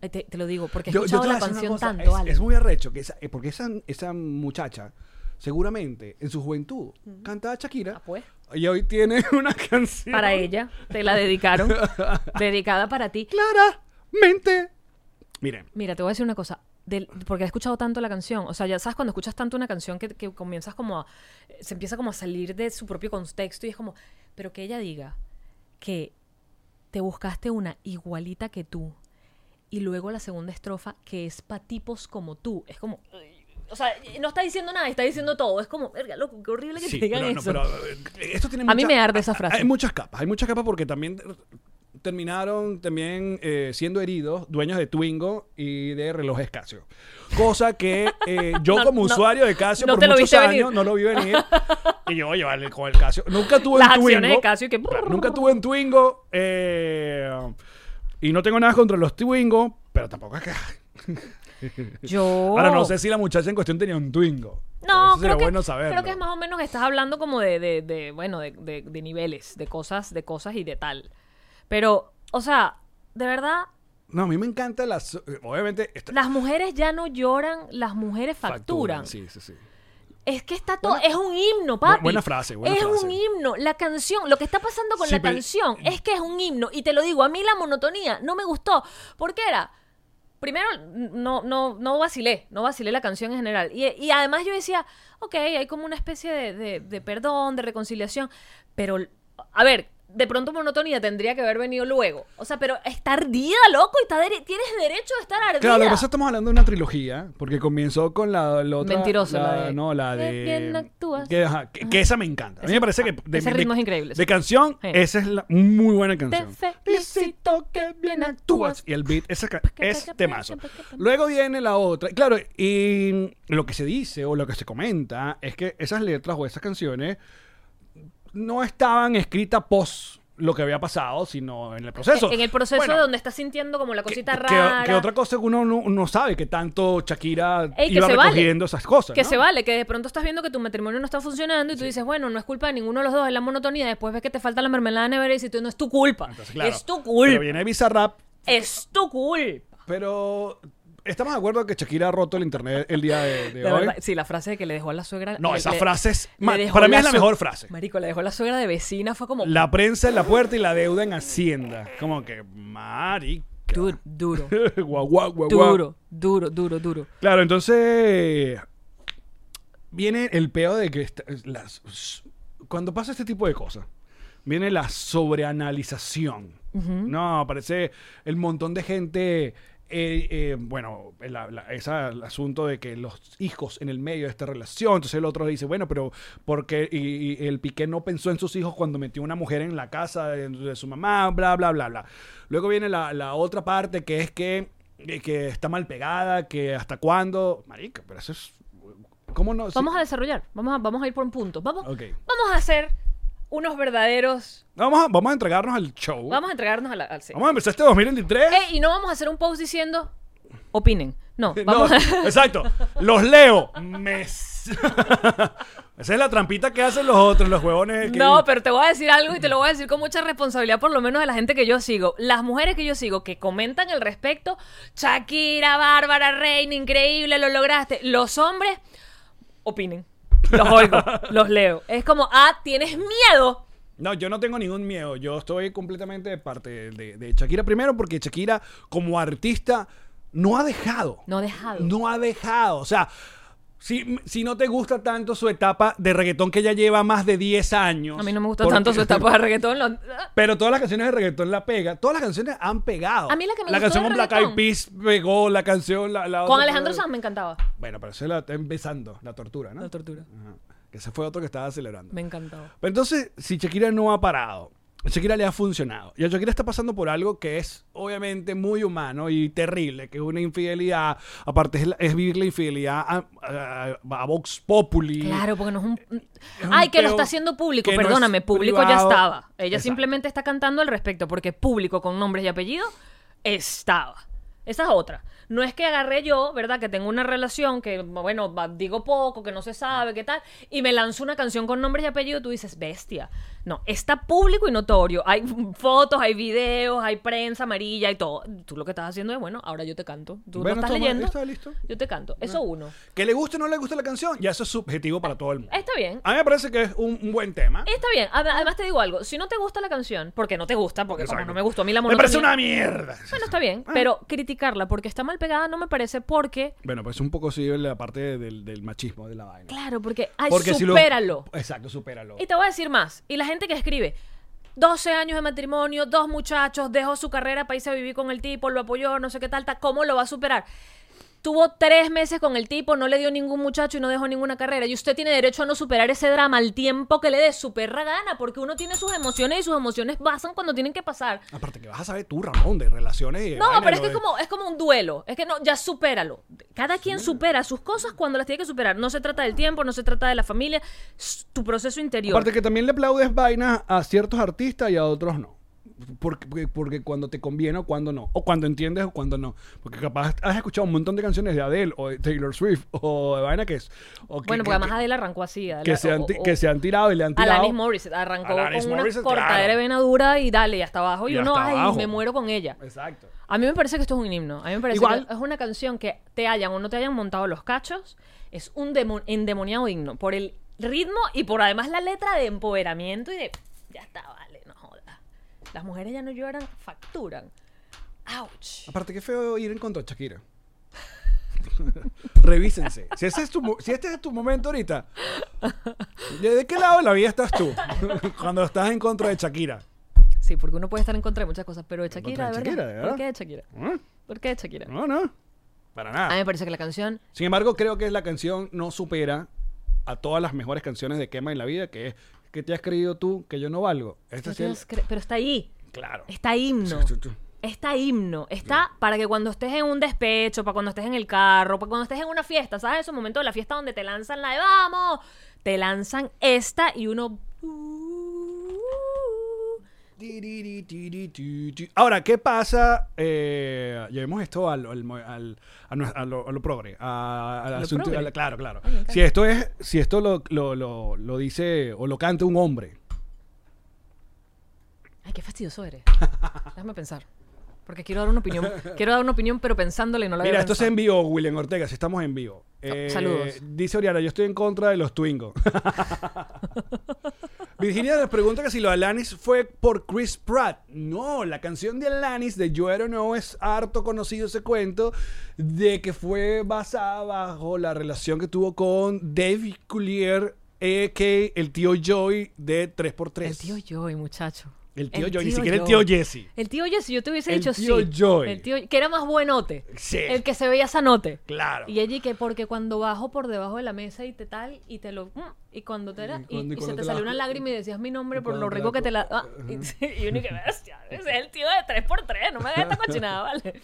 Eh, Te, te lo digo, porque he
Yo- yo
escuchado
te voy a
la
decir una
canción
cosa,
tanto,
es,
Ale.
es muy arrecho, que esa- eh, porque esa, esa muchacha, seguramente, en su juventud, cantaba Shakira.
Ah, pues.
Y hoy tiene una canción.
Para ella, te la dedicaron. dedicada para ti.
Claramente. Miren,
Mira, te voy a decir una cosa. del- porque he escuchado tanto la canción. O sea, ya sabes cuando escuchas tanto una canción que, que comienzas como a, eh, se empieza como a salir de su propio contexto y es como, pero que ella diga que te buscaste una igualita que tú y luego la segunda estrofa que es para tipos como tú. Es como, ay, o sea, no está diciendo nada, está diciendo todo. Es como, verga, loco, qué horrible que
Sí,
te digan
pero no,
eso.
pero, eh, esto tiene
A mí
mucha-
me arde esa
hay-
frase.
Hay muchas capas, hay muchas capas porque también terminaron también eh, siendo heridos dueños de Twingo y de relojes Casio. Cosa que eh, yo
No,
como
no.
usuario de Casio
No
por
te lo
muchos
viste
años
venir.
no lo vi venir. y yo, oye, vale, con el Casio. Nunca tuve
Las
un Twingo.
acciones de Casio que-
Claro, Nunca tuve un Twingo. eh, y no tengo nada contra los Twingo, pero tampoco es que...
Yo.
Ahora no sé si la muchacha en cuestión tenía un Twingo.
Oh. No,
Eso sería
creo que,
bueno saberlo.
creo que es más o menos que estás hablando como de, de, de, bueno, de, de- de niveles, de cosas, de cosas y de tal. Pero, o sea, de verdad,
No, a mí me encanta las... eh, Obviamente... esta-
las mujeres ya no lloran, las mujeres facturan.
Sí, sí, sí.
Es que está todo, es un himno, papi.
buena frase, buena
Es
frase.
un himno, la canción, lo que está pasando con
Sí,
la
pero- eh,
canción es que es un himno. Y te lo digo, a mí la monotonía no me gustó, porque era... Primero, no, no, no vacilé, no vacilé la canción en general. Y, y además yo decía, ok, hay como una especie de, de- de perdón, de reconciliación, pero, a ver, de pronto monotonía tendría que haber venido luego. O sea, pero está ardida, loco, y está dere- tienes derecho a estar ardida.
Claro, lo que pasa es que estamos hablando de una trilogía, porque comenzó con la, la otra.
Mentiroso, la de-
No, la de.
¿De quién actúas?
Que, ajá, que- que esa me encanta. A mí me parece que. De,
ese
de-
ritmo es increíble, sí.
De canción,
Sí.
esa es la muy buena
Te
canción.
felicito que bien actúas.
Y el beat esa ca- es temazo. Luego viene la otra. Claro, y lo que se dice o lo que se comenta es que esas letras o esas canciones no estaban escritas post lo que había pasado, sino en el proceso.
En el proceso
Pues Bueno,
donde estás sintiendo como la
que-
cosita
que,
rara.
que otra cosa que uno no, no sabe que tanto Shakira
Ey, que
iba
se vale.
recogiendo esas cosas.
Que
¿no?
se vale, que de pronto estás viendo que tu matrimonio no está funcionando y tú dices, bueno, no es culpa de ninguno de los dos, es la monotonía. Después ves que te falta la mermelada de nevera y dices, tú no es tu culpa.
Entonces, claro,
es tu
Pero
culpa.
viene Bizarrap,
Es tu culpa.
pero estamos de acuerdo que Shakira ha roto el internet el día de, de
De
hoy.
verdad, sí, la frase de que le dejó a la suegra.
No,
le-
esa
le-
frase es-
le
ma-
dejó
para mí es la
su-
mejor frase.
Marico, le dejó a la suegra de vecina, fue como
La prensa en la puerta y la deuda en Hacienda. Como que, marica.
duro, duro,
guau, guau, guau, guau.
duro, duro, duro, duro.
Claro, entonces viene el peo de que esta- las- cuando pasa este tipo de cosas, viene la sobreanalización. No, parece el montón de gente. eh, eh, bueno, la- la- esa- el asunto de que los hijos en el medio de esta relación, entonces el otro dice, bueno, pero porque y, y el Piqué no pensó en sus hijos cuando metió una mujer en la casa de, de su mamá, bla, bla, bla, bla. Luego viene la, la otra parte que es que, eh, que está mal pegada, que hasta cuándo, marica, pero eso es... ¿Cómo no? Sí.
Vamos a desarrollar, vamos a, vamos a ir por puntos. Vamos,
Ok.
vamos a ser unos verdaderos.
Vamos, a, vamos a entregarnos al show.
Vamos a entregarnos a la, al sí.
Vamos a empezar este 2023.
Eh, y no vamos a hacer un post diciendo opinen. No,
No,
vamos a-
exacto. Los leo. Me s- Esa es la trampita que hacen los otros, los huevones. que-
No, pero te voy a decir algo y te lo voy a decir con mucha responsabilidad, por lo menos de la gente que yo sigo. Las mujeres que yo sigo que comentan al respecto, Shakira, Bárbara, Reina, increíble, lo lograste. Los hombres, opinen. Los oigo, los leo. Es como, ah, tienes miedo.
No, yo no tengo ningún miedo. Yo estoy completamente de parte de, de Shakira. Primero, porque Shakira, como artista, no ha dejado.
No ha dejado.
No ha dejado. O sea, si, si no te gusta tanto su etapa de reggaetón que ya lleva más de 10 años.
A mí no me gusta
porque-
tanto su etapa de reggaetón. lo- ah.
Pero todas las canciones de reggaetón la pega. Todas las canciones han pegado.
A mí la que me
La
gustó
canción
de
con Black Eyed
reggaetón.
Peas pegó, la canción... La, la
Con
otra-
Alejandro Sanz me encantaba.
Bueno, pero eso la está empezando, la tortura, ¿no?
La tortura.
Ajá. Que ese fue otro que estaba celebrando.
Me encantaba.
Pero entonces, si Shakira no ha parado, a Shakira le ha funcionado. Y a Shakira está pasando por algo que es obviamente muy humano y terrible, que es una infidelidad. Aparte, es, la- es vivir la infidelidad a, a- a Vox Populi.
Claro, porque no es un... mm,
un
Ay, que lo
peo
está haciendo público.
que no es
Perdóname, público ya
privado.
estaba. Ella
Exacto.
simplemente está cantando al respecto, porque público con nombres y apellidos estaba. Esa es otra. No es que agarré yo, ¿verdad? Que tengo una relación que, bueno, va- digo poco, que no se sabe, qué tal, y me lanzo una canción con nombres y apellidos, tú dices, bestia. No, está público y notorio. Hay fotos, hay videos, hay prensa amarilla y todo. Tú lo que estás haciendo es, bueno, ahora yo te canto. Tú
Bueno,
lo estás
toma,
leyendo.
¿está listo? Ah.
Yo te canto. Eso uno.
Que le guste o no le guste la canción, ya eso es subjetivo para todo el mundo.
Está bien.
A mí me parece que es un, un buen tema.
Está bien, Ad- además te digo algo, si no te gusta la canción, porque no te gusta, porque como
Exacto.
no me gustó a mí la
me
monotonía.
parece una mierda. Ah.
Bueno, está bien, pero criticar criticarla porque está mal pegada, no me parece, porque.
Bueno, pues un poco sí la parte del, del machismo de la vaina.
Claro, porque. Ay,
Porque si lo-
supéralo.
exacto, supéralo.
Y te voy a decir más. Y la gente que escribe, 12 años de matrimonio, dos muchachos, dejó su carrera para irse a vivir con el tipo, lo apoyó, no sé qué tal, tal, ¿cómo lo va a superar? Tuvo tres meses con el tipo, no le dio ningún muchacho y no dejó ninguna carrera. Y usted tiene derecho a no superar ese drama al tiempo que le dé su perra gana, porque uno tiene sus emociones y sus emociones pasan cuando tienen que pasar.
Aparte que vas a saber tú, Ramón, de relaciones y de
No,
vaina,
pero es
lo
que es
de-
como, es como un duelo. Es que no, ya supéralo. Cada quien supera sus cosas cuando las tiene que superar. No se trata del tiempo, no se trata de la familia, s- tu proceso interior.
Aparte que también le aplaudes vainas a ciertos artistas y a otros no. Porque, porque- porque cuando te conviene o cuando no. O cuando entiendes o cuando no. Porque capaz has escuchado un montón de canciones de Adele o de Taylor Swift o de vaina que es... o que- que-
Bueno, porque
que-
además Adele arrancó así. Adele-
que se, han,
o-
ti-
o-
que se han tirado y le han tirado.
Alanis Morissette arrancó
Alanis
con una
Morissette,
cortadera
claro.
de vena dura y dale, y hasta abajo. Y,
Y
uno,
hasta
ay,
abajo.
me muero con ella.
Exacto.
A mí me parece que esto es un himno. A mí me parece
Igual.
que es una canción que te hayan o no te hayan montado los cachos. Es un demo- endemoniado himno por el ritmo y por además la letra de empoderamiento y de ya está, vale, no jodas. Las mujeres ya no lloran, facturan. Ouch.
Aparte que feo ir en contra de Shakira. Revísense. Si, ese es tu, mo- si este es tu momento ahorita, ¿de de qué lado de la vida estás tú? Cuando estás en contra de Shakira.
Sí, porque uno puede estar en contra de muchas cosas, pero de Shakira,
contra de
de
Shakira,
verdad.
de verdad.
¿Por qué de Shakira?
¿Eh?
¿Por qué de Shakira?
No, no. Para
A mí
nada.
me parece que la canción
Sin embargo, creo que la canción no supera a todas las mejores canciones de Quema en la vida, que es que te has creído tú que yo no valgo. Este
Pero,
sí es
Dios, cre- pero está ahí.
Claro.
Está himno.
Sí, sí, sí.
Está himno. Está para que cuando estés en un despecho, para cuando estés en el carro, para cuando estés en una fiesta, ¿sabes? Esos momentos de la fiesta donde te lanzan la de vamos. Te lanzan esta y uno.
Tiriri, tiri, ti, ti. Ahora, ¿qué pasa? Eh, llevemos esto al, al, mo- al- a, nue- a lo, a lo progre. A, al
¿Lo
asunto-
progre?
a la- claro, claro. si esto, es, si esto lo, lo- lo- lo dice o lo canta un hombre.
Ay, qué fastidioso eres. Déjame pensar. Porque quiero dar una opinión. Quiero dar una opinión, pero pensándola y no la
Mira,
había
esto es
pensado.
en vivo, William Ortega, si estamos en vivo. Eh,
saludos.
Dice Oriana, yo estoy en contra de los Twingos. Virginia nos pregunta que si lo de Alanis fue por Chris Pratt. No, la canción de Alanis de You I Don't Know es harto conocido ese cuento de que fue basada bajo la relación que tuvo con David Coulier, a.k.a. el tío Joy de 3x3.
El tío Joy, muchacho.
El tío Joy, ni siquiera el tío Jesse.
El tío Jesse, yo te hubiese
El
dicho
tío
sí.
Joy.
El tío que era más buenote.
Sí.
El que se veía sanote.
Claro.
Y allí que porque cuando bajo por debajo de la mesa y te tal, y te lo... mm, Y cuando te era-
Y
y,
cuando- y cuando
y se
te
te
la-
salió una lágrima y decías mi nombre
y
por
cuando
lo
te
rico
la-
que te la... ah, y, y uno que, bestia, ese es el tío de 3x3, no me hagas esta cochinada, ¿vale?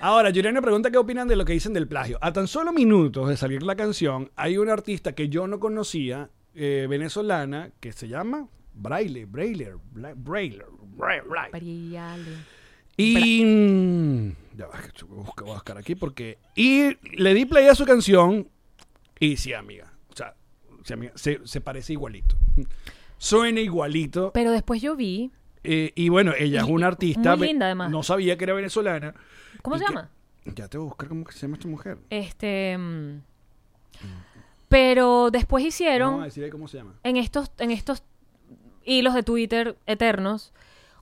Ahora, Juliana pregunta qué opinan de lo que dicen del plagio. A tan solo minutos de salir la canción, hay una artista que yo no conocía, eh, venezolana, que se llama Braille, Brailer, Bla- Brailer, Braille.
Priale.
Y. Ya va, que voy a buscar- voy a buscar aquí porque. Y le di play a su canción y sí, amiga. O sea, sí, amiga, se, se parece igualito. Suena igualito.
Pero después yo vi...
eh, y bueno, ella es
Y-
una artista.
muy
ve-
linda, además.
No sabía que era venezolana.
¿Cómo
y
se
que-
llama?
Ya te voy a buscar cómo que se llama esta mujer.
Este... mm, Pero después hicieron...
Vamos a decir ahí cómo se llama.
en estos, en estos hilos de Twitter eternos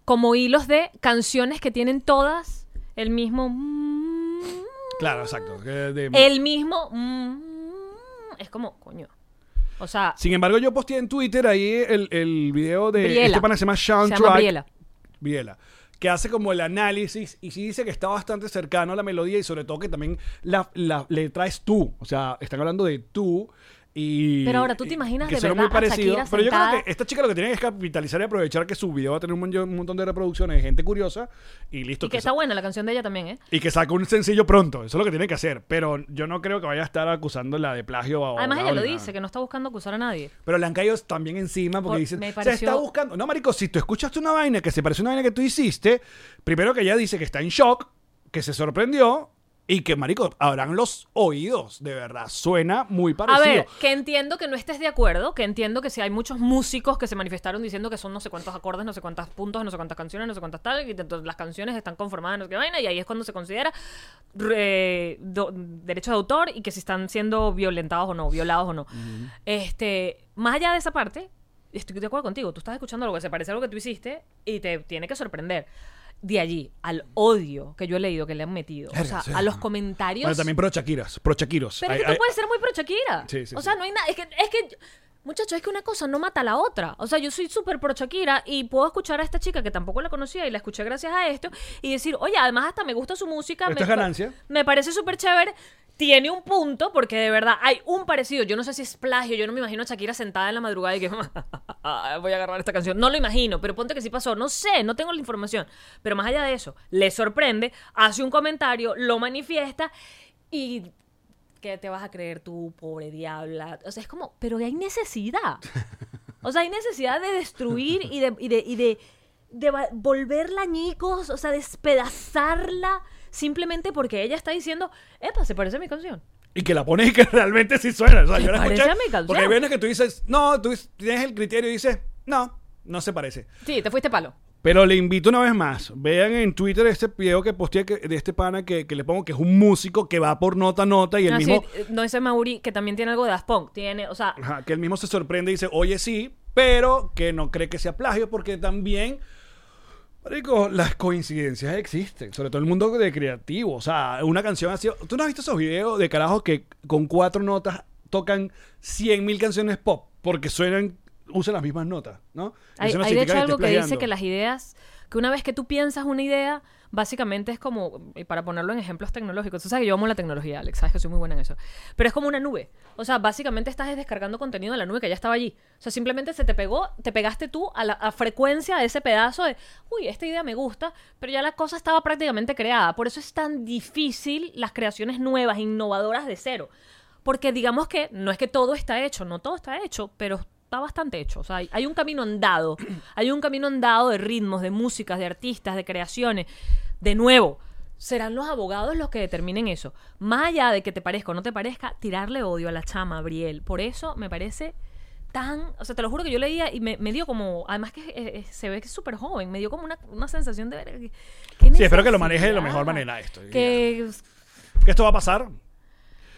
como hilos de canciones que tienen todas el mismo mm,
Claro, exacto. que de-
el mismo mm, es como coño o sea
Sin embargo, yo posteé en Twitter ahí el, el video de
Briella.
este pana que se llama Sean
se llama
Track.
Briela
Briella, Que hace como el análisis y sí dice que está bastante cercano a la melodía y sobre todo que también la, la- le traes tú. O sea, están hablando de tú. Y,
Pero ahora, ¿tú te
y-
imaginas
que
de
suena
verdad
muy
a
parecido.
Shakira
pero yo creo
sentada?
que esta chica lo que tiene es capitalizar y aprovechar que su video va a tener un, mon- un montón de reproducciones de gente curiosa y listo.
y que
que
está
sa-
buena la canción de ella también eh
y que saque un sencillo pronto. Eso es lo que tiene que hacer. Pero yo no creo que vaya a estar acusándola de plagio. o- o
además ella lo
nada.
dice que no está buscando acusar a nadie
Pero le han caído también encima porque
Por-
dicen,
me
se está
pareció-
buscando. No, marico, si tú escuchaste una vaina que se parece a una vaina que tú hiciste, primero que ella dice que está en shock, que se sorprendió y que, marico, habrán los oídos. De verdad, suena muy
A
parecido.
ver, que entiendo que no estés de acuerdo, que entiendo que si hay muchos músicos que se manifestaron diciendo que son no sé cuántos acordes, no sé cuántos puntos, no sé cuántas canciones, no sé cuántas tal, y entonces las canciones están conformadas, no sé qué vaina, y ahí es cuando se considera re- do- derecho de autor y que si están siendo violentados o no, violados o no. Este, más allá de esa parte, estoy de acuerdo contigo, tú estás escuchando algo que se parece a algo que tú hiciste y te tiene que sorprender. de allí al odio que yo he leído que le han metido. O
Verga,
sea,
sí.
a los comentarios.
Bueno, también pro Shakiras, pro Shakiros.
Pero
Hay-
es que tú
hay-
puedes ser muy pro Shakira.
Sí, sí,
o
sí.
sea, no hay nada. Es que, es que, muchachos, es que una cosa no mata a la otra. O sea, yo soy súper pro Shakira y puedo escuchar a esta chica que tampoco la conocía y la escuché gracias a esto y decir, oye, además hasta me gusta su música.
Pero
me,
esto es ganancia.
Me parece súper chévere. Tiene un punto, porque de verdad hay un parecido. Yo no sé si es plagio, yo no me imagino a Shakira sentada en la madrugada y que "Ah, voy a agarrar esta canción. No lo imagino, pero ponte que sí pasó. No sé, no tengo la información. Pero más allá de eso, le sorprende, hace un comentario, lo manifiesta y ¿qué te vas a creer tú, pobre diabla? O sea, es como, pero hay necesidad. O sea, hay necesidad de destruir y de, y de, y de, de va- volverla añicos, o sea, despedazarla simplemente porque ella está diciendo, epa, se parece a mi canción.
Y que la pones y que realmente sí suena. O sea, yo la
Parece
escuché.
a mi canción.
Porque hay veces que tú dices, no, tú dices- tienes el criterio y dices, no, no se parece.
Sí, te fuiste palo.
Pero le invito una vez más, vean en Twitter este video que posteé que- de este pana que, que le pongo que es un músico que va por nota a nota y el
Así,
mismo,
eh, no dice Mauri, que también tiene algo de Daft Punk. Tiene, o sea,
ajá, que el mismo se sorprende y dice, oye sí, pero que no cree que sea plagio porque también, marico, las coincidencias existen, sobre todo en el mundo de creativo, o sea, una canción así, ¿tú no has visto esos videos de carajos que con cuatro notas tocan 100.000 canciones pop porque suenan, usan las mismas notas, ¿no? Y
hay,
eso no
hay de
significa
hecho
que
algo
estés
que dice
plagiando.
que las ideas, que una vez que tú piensas una idea, básicamente es como, y para ponerlo en ejemplos tecnológicos, tú sabes que yo amo la tecnología, Alex, sabes que soy muy buena en eso, pero es como una nube. O sea, básicamente estás es descargando contenido de la nube que ya estaba allí. O sea, simplemente se te pegó, te pegaste tú a la a frecuencia de ese pedazo de, uy, esta idea me gusta, pero ya la cosa estaba prácticamente creada. Por eso es tan difícil las creaciones nuevas, innovadoras de cero. Porque digamos que no es que todo está hecho, no todo está hecho, pero está bastante hecho. O sea, hay, hay un camino andado, hay un camino andado de ritmos, de músicas, de artistas, de creaciones. De nuevo, serán los abogados los que determinen eso. Más allá de que te parezca o no te parezca, tirarle odio a la chama, Briel. Por eso me parece tan... O sea, te lo juro que yo leía y me, me dio como... Además que eh, eh, se ve que es súper joven, me dio como una, una sensación de... ver- ¿qué
Sí, espero que lo maneje de la
necesidad?
mejor manera esto.
Que...
Que esto va a pasar,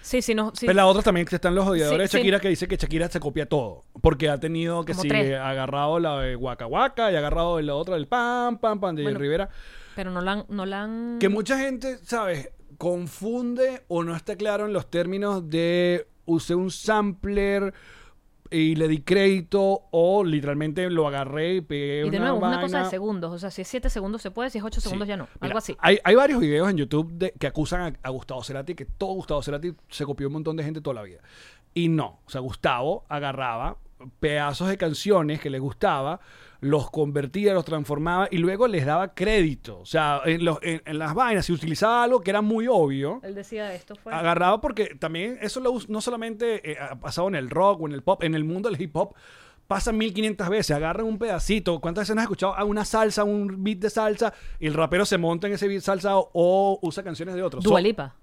Sí, sí, no... sí.
Pero la otra también que están los odiadores
Sí,
de
sí.
Shakira que dice que Shakira se copia todo. Porque ha tenido que
Como
sí,
tres.
ha agarrado la de Waka Waka y ha agarrado la otra del Pam Pam Pam de Jenny
Bueno. Mm.
Rivera.
Pero no la han... No la han...
Que mucha gente, ¿sabes? Confunde o no está claro en los términos de usé un sampler y le di crédito o literalmente lo agarré y pegué
Y
una
de nuevo, es una
vaina.
cosa de segundos. O sea, si es 7 segundos se puede, si es 8
Sí.
segundos ya no.
Mira,
Algo así.
Hay, hay varios videos en YouTube de- que acusan a, a Gustavo Cerati, que todo Gustavo Cerati se copió un montón de gente toda la vida. Y no, o sea, Gustavo agarraba pedazos de canciones que le gustaba, los convertía, los transformaba y luego les daba crédito. O sea, en, los- en- en las vainas, si utilizaba algo que era muy obvio,
Él decía esto fue.
agarraba porque también eso lo us- no solamente eh, ha pasado en el rock o en el pop, en el mundo del hip hop pasa 1500 veces, agarran un pedacito, ¿cuántas veces no has escuchado a una salsa, un beat de salsa y el rapero se monta en ese beat salsa o, o usa canciones de otros? So-
Dualipa.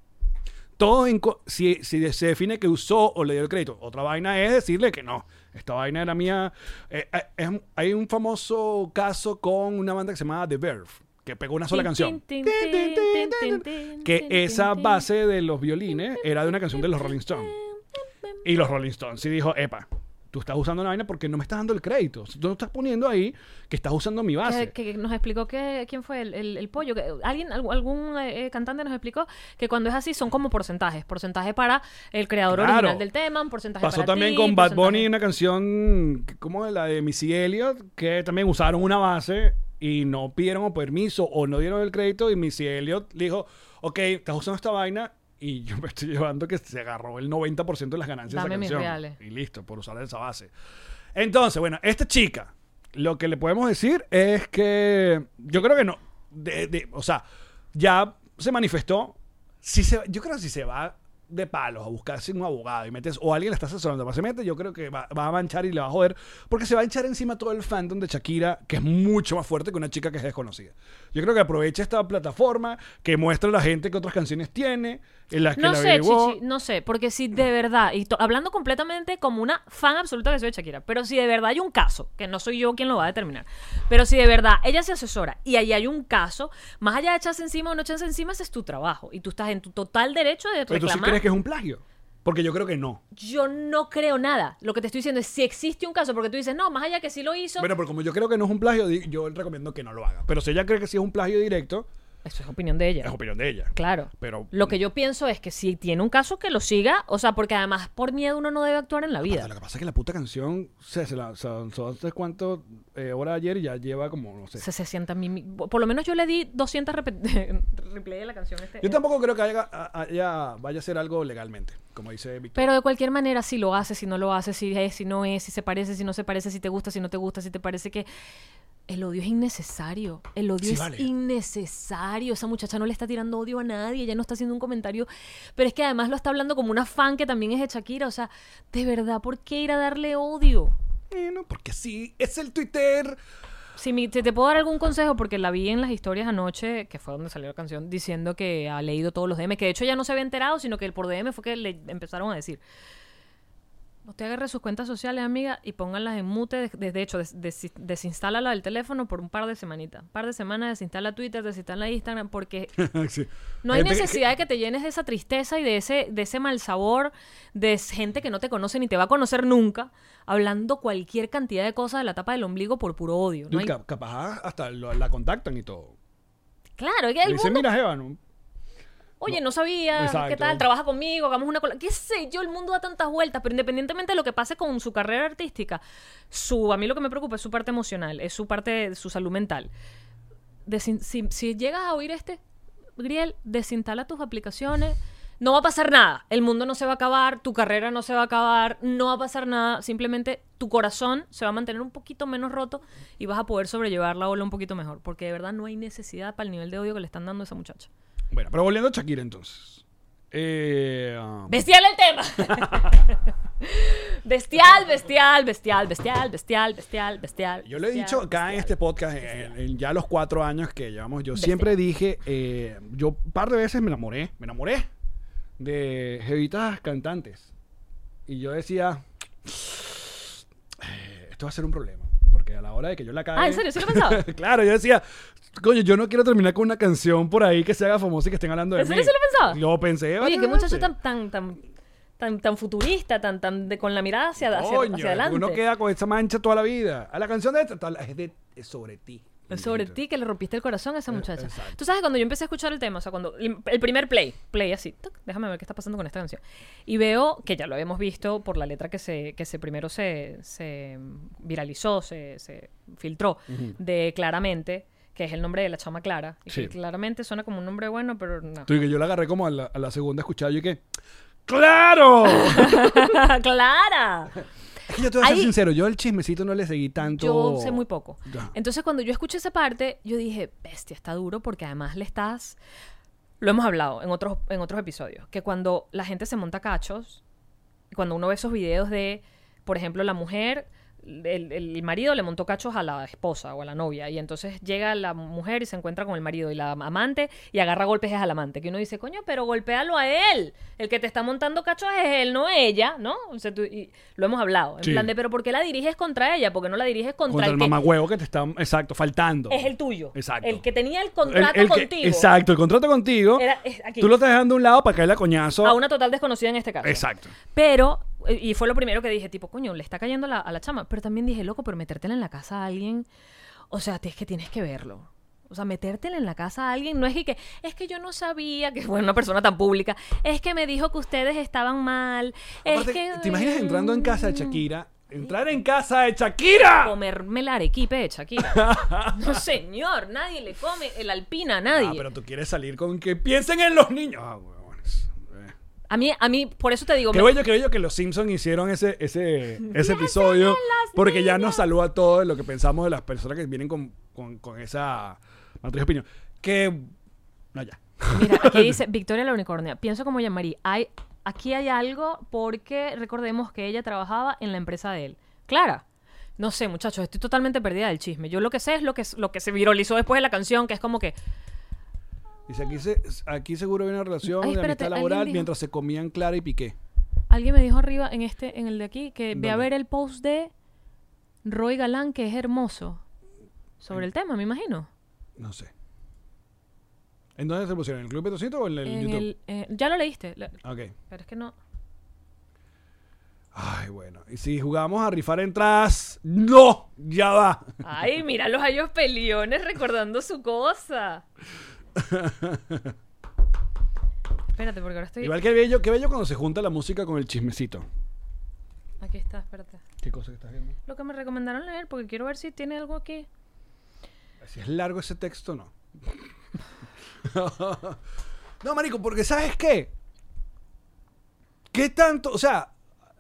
todo en co- si, si de- se define que usó o le dio el crédito. Otra vaina es decirle que no. Esta vaina era mía. Eh, eh, es un- hay un famoso caso con una banda que se llamaba The Verve, que pegó una sola
Tin,
canción.
tin, tin,
Tin, tin, tin, tin, tin.
tin, tin,
Que
tin,
esa
tin, tin.
base de los violines era de una canción de los Rolling Stones.
Eh,
Y los Rolling Stones sí dijo, epa, tú estás usando una vaina porque no me estás dando el crédito. Tú no estás poniendo ahí que estás usando mi base.
Que, que nos explicó que quién fue el, el- el pollo. Que, alguien, algún, algún, eh, eh, cantante nos explicó que cuando es así son como porcentajes. Porcentaje para el creador
Claro.
original del tema, un porcentaje
Pasó
para
también
ti,
con Bad
porcentaje-
Bunny una canción que- como la de Missy Elliott, que también usaron una base y no pidieron permiso o no dieron el crédito y Missy Elliott le dijo, ok, estás usando esta vaina y yo me estoy llevando que se agarró el 90% de las ganancias de
Dame
esa
mis
canción.
reales.
Y listo, por usar esa base. Entonces, bueno, esta chica, lo que le podemos decir es que yo creo que no, de- de- o sea, ya se manifestó, si se, yo creo que si se va de palos a buscarse un abogado y metes, o alguien la está asesorando, más se mete, yo creo que va, va a manchar y le va a joder, porque se va a echar encima todo el fandom de Shakira, que es mucho más fuerte que una chica que es desconocida. Yo creo que aprovecha esta plataforma, que muestra a la gente que otras canciones tiene, en las que
No
la
sé,
averiguó.
Chichi, no sé, porque si de verdad, y to- hablando completamente como una fan absoluta que soy de Shakira, pero si de verdad hay un caso, que no soy yo quien lo va a determinar, pero si de verdad ella se asesora y ahí hay un caso, más allá de echarse encima o no echarse encima, ese es tu trabajo y tú estás en tu total derecho de
Pero tú sí
reclamar.
crees que es un plagio. Porque yo creo que no.
Yo no creo nada. Lo que te estoy diciendo es si existe un caso, porque tú dices, no, más allá que sí lo hizo,
Bueno, pero como yo creo que no es un plagio, di- yo recomiendo que no lo haga. Pero si ella cree que sí es un plagio directo,
eso es opinión de
es
ella.
opinión de ella.
Claro.
Pero-
lo que yo pienso es que si tiene un caso que lo siga, o sea, porque además por miedo uno no debe actuar en la
Pasa,
vida.
Lo que pasa es que la puta canción se, se la se lanzó hace cuánto eh, hora ayer y ya lleva como, no sé.
Se, se sienta mil- Por lo menos yo le di 200 repe- replay de la canción. Este,
Yo tampoco creo que haya, a- haya- vaya a ser algo legalmente, como dice Víctor.
Pero de cualquier manera, si lo hace, si no lo hace, si es, si no es, si se parece, si no se parece, si te gusta, si no te gusta, si te parece que. El odio es innecesario. El odio
Sí,
es
vale.
innecesario. Esa muchacha no le está tirando odio a nadie. Ella no está haciendo un comentario. Pero es que además lo está hablando como una fan que también es de Shakira. O sea, de verdad, ¿por qué ir a darle odio?
Bueno, porque sí, es el Twitter.
Si mi- te, te puedo dar algún consejo, porque la vi en las historias anoche, que fue donde salió la canción, diciendo que ha leído todos los DM, que de hecho ya no se había enterado, sino que el por DM fue que le empezaron a decir. Usted agarre sus cuentas sociales, amiga, y pónganlas en mute. De, de- de hecho, des, des- desinstálala del teléfono por un par de semanitas. Un par de semanas desinstala Twitter, desinstala Instagram, porque
Sí.
no hay
Gente que-
necesidad de que te llenes de esa tristeza y de ese, de ese mal sabor de s- gente que no te conoce ni te va a conocer nunca, hablando cualquier cantidad de cosas de la tapa del ombligo por puro odio. No
Dude,
hay-
cap- capaz hasta lo- la contactan y todo.
Claro, es que
Le
el
dice,
mundo.
mira, Eva, no,
Oye, no sabía, ¿qué
Exacto.
tal? Trabaja conmigo, hagamos una cola. ¿Qué sé yo? El mundo da tantas vueltas, pero independientemente de lo que pase con su carrera artística, su, a mí lo que me preocupa es su parte emocional, es su parte, su salud mental. Desin- si, si llegas a oír este, Griel, desinstala tus aplicaciones. No va a pasar nada. El mundo no se va a acabar, tu carrera no se va a acabar, no va a pasar nada. Simplemente tu corazón se va a mantener un poquito menos roto y vas a poder sobrellevar la ola un poquito mejor. Porque de verdad no hay necesidad para el nivel de odio que le están dando a esa muchacha.
Bueno, pero volviendo a Shakira entonces. Eh, ah,
Bestial el tema. bestial, bestial, bestial, bestial, bestial, bestial, bestial.
yo lo he
bestial,
dicho acá en este
bestial.
podcast, en, en ya los cuatro años que llevamos, yo siempre dije, eh, yo un par de veces me enamoré, me enamoré de jevitas cantantes. Y yo decía, eh, esto va a ser un problema, porque a la hora de que yo la cague...
Ah, ¿en serio? ¿Sí lo pensaba?
claro, yo decía, coño, yo no quiero terminar con una canción por ahí que se haga famosa y que estén hablando de
¿En
mí.
serio sí lo pensabas?
Lo pensé.
Oye,
varias
qué muchacho
veces.
tan, tan, tan, tan, tan futurista, tan, tan, de- con la mirada hacia, hacia,
Coño,
hacia adelante.
Uno queda con esa mancha toda la vida. A la canción de esta tal, es de es sobre ti.
Sobre ti que le rompiste el corazón a esa muchacha.
Eh, exacto.
Tú sabes cuando yo empecé a escuchar el tema, o sea, cuando el el primer play, play así, tuc, déjame ver qué está pasando con esta canción. Y veo que ya lo habíamos visto por la letra que se, que se primero se, se viralizó, se, se filtró de Claramente, que es el nombre de la chama Clara. Y
Sí.
que claramente suena como un nombre bueno, pero no.
Tú, que yo la agarré como a la, a la segunda escuchada y que ¡Claro!
¡Clara!
Es que yo te voy a ser
Ahí-
sincero, yo el chismecito no le seguí tanto.
Yo sé muy poco.
Ya.
Entonces, cuando yo escuché esa parte, yo dije, bestia, está duro porque además le estás. Lo hemos hablado en otros, en otros episodios, que cuando la gente se monta cachos, cuando uno ve esos videos de, por ejemplo, la mujer, el, el marido le montó cachos a la esposa o a la novia, y entonces llega la mujer y se encuentra con el marido y la amante y agarra golpes es al amante, que uno dice, coño, pero golpéalo a él, el que te está montando cachos es él, no ella, ¿no? O sea, tú- y lo hemos hablado, en
Sí.
plan de, pero ¿por qué la diriges contra ella? ¿Por qué no la diriges contra,
Contra el
el que
mamagüevo que te está, exacto, faltando.
es el tuyo?
Exacto.
El que tenía el
El-
contrato
el que-
contigo.
exacto, el contrato contigo.
Era- es aquí.
Tú lo estás dejando a un lado para caerle a coñazo.
A una total desconocida en este caso.
Exacto.
Pero, eh, y fue lo primero que dije, tipo, coño, le está cayendo la- a la chama. Pero también dije, loco, pero metértela en la casa a alguien, o sea, es que tienes que verlo. O sea, metértela en la casa a alguien no es que, que- es que yo no sabía que fue una persona tan pública. Es que me dijo que ustedes estaban mal. Es
Aparte,
que,
¿Te imaginas entrando en casa de
mm,
Shakira? ¡Entrar en casa de Shakira!
Comerme la arequipe de Shakira. no, señor, nadie le come el alpina a nadie.
Ah, pero tú quieres salir con que piensen en los niños. Ah, huevones. Eh.
A mí, a mí, por eso te digo,
Qué
me-
bello, qué bello que los Simpsons hicieron ese, ese, ese episodio. Porque ya nos saludó a todos de lo que pensamos de las personas que vienen con, con, con esa matriz de opinión. Que. No, ya.
Mira, aquí dice Victoria la Unicornia. Pienso como Jean-Marie. Hay, aquí hay algo porque recordemos que ella trabajaba en la empresa de él. Clara. No sé, muchachos, estoy totalmente perdida del chisme. Yo lo que sé es lo que, lo que se viralizó después de la canción, que es como que.
Dice: aquí, se, aquí seguro había una relación
Ay,
de
espérate,
amistad
alguien
laboral
dijo-
mientras se comían Clara y Piqué.
Alguien me dijo arriba en este, en el de aquí, que ve a
¿Dónde?
ver el post de Roy Galán, que es hermoso. Sobre el tema, me imagino.
No sé. ¿En dónde se pusieron? ¿En el Club Petrocito o en el
En
YouTube?
el- eh, ya lo leíste. la-
Ok.
Pero es que no.
Ay, bueno. Y si jugamos a rifar entradas. ¡No! Ya va.
Ay, míralos a ellos peliones recordando su cosa. Espérate, porque ahora estoy.
Igual que bello, qué bello cuando se junta la música con el chismecito.
Aquí está, espérate.
¿Qué cosa que estás viendo?
Lo que me recomendaron leer, porque quiero ver si tiene algo aquí.
Si es largo ese texto, no. no, marico, porque ¿sabes qué? ¿Qué tanto? O sea,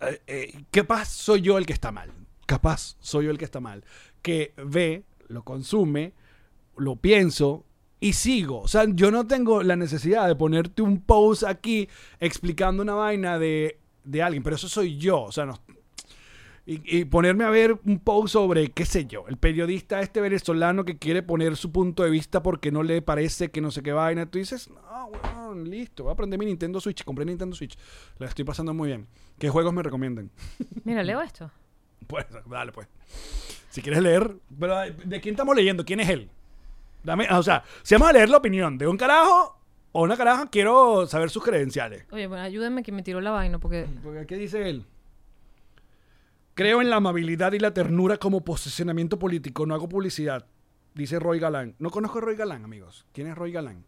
eh, eh, capaz soy yo el que está mal. Capaz soy yo el que está mal. Que ve, lo consume, lo pienso y sigo. O sea, yo no tengo la necesidad de ponerte un post aquí explicando una vaina de, de alguien, pero eso soy yo. O sea, no, y, y ponerme a ver un post sobre, qué sé yo, el periodista este venezolano que quiere poner su punto de vista porque no le parece que no sé qué vaina. Tú dices, no, weón, listo, voy a aprender mi Nintendo Switch. Compré Nintendo Switch. La estoy pasando muy bien. ¿Qué juegos me recomiendan?
Mira, leo esto.
Pues, dale, pues. Si quieres leer, pero ay, ¿de quién estamos leyendo? ¿Quién es él? Dame, ah, o sea, si vamos a leer la opinión de un carajo o una caraja, quiero saber sus credenciales.
Oye, bueno, ayúdenme que me tiró la vaina, porque.
Porque, ¿Qué dice él? Creo en la amabilidad y la ternura como posicionamiento político. No hago publicidad. Dice Roy Galán. No conozco a Roy Galán, amigos. ¿Quién es Roy Galán?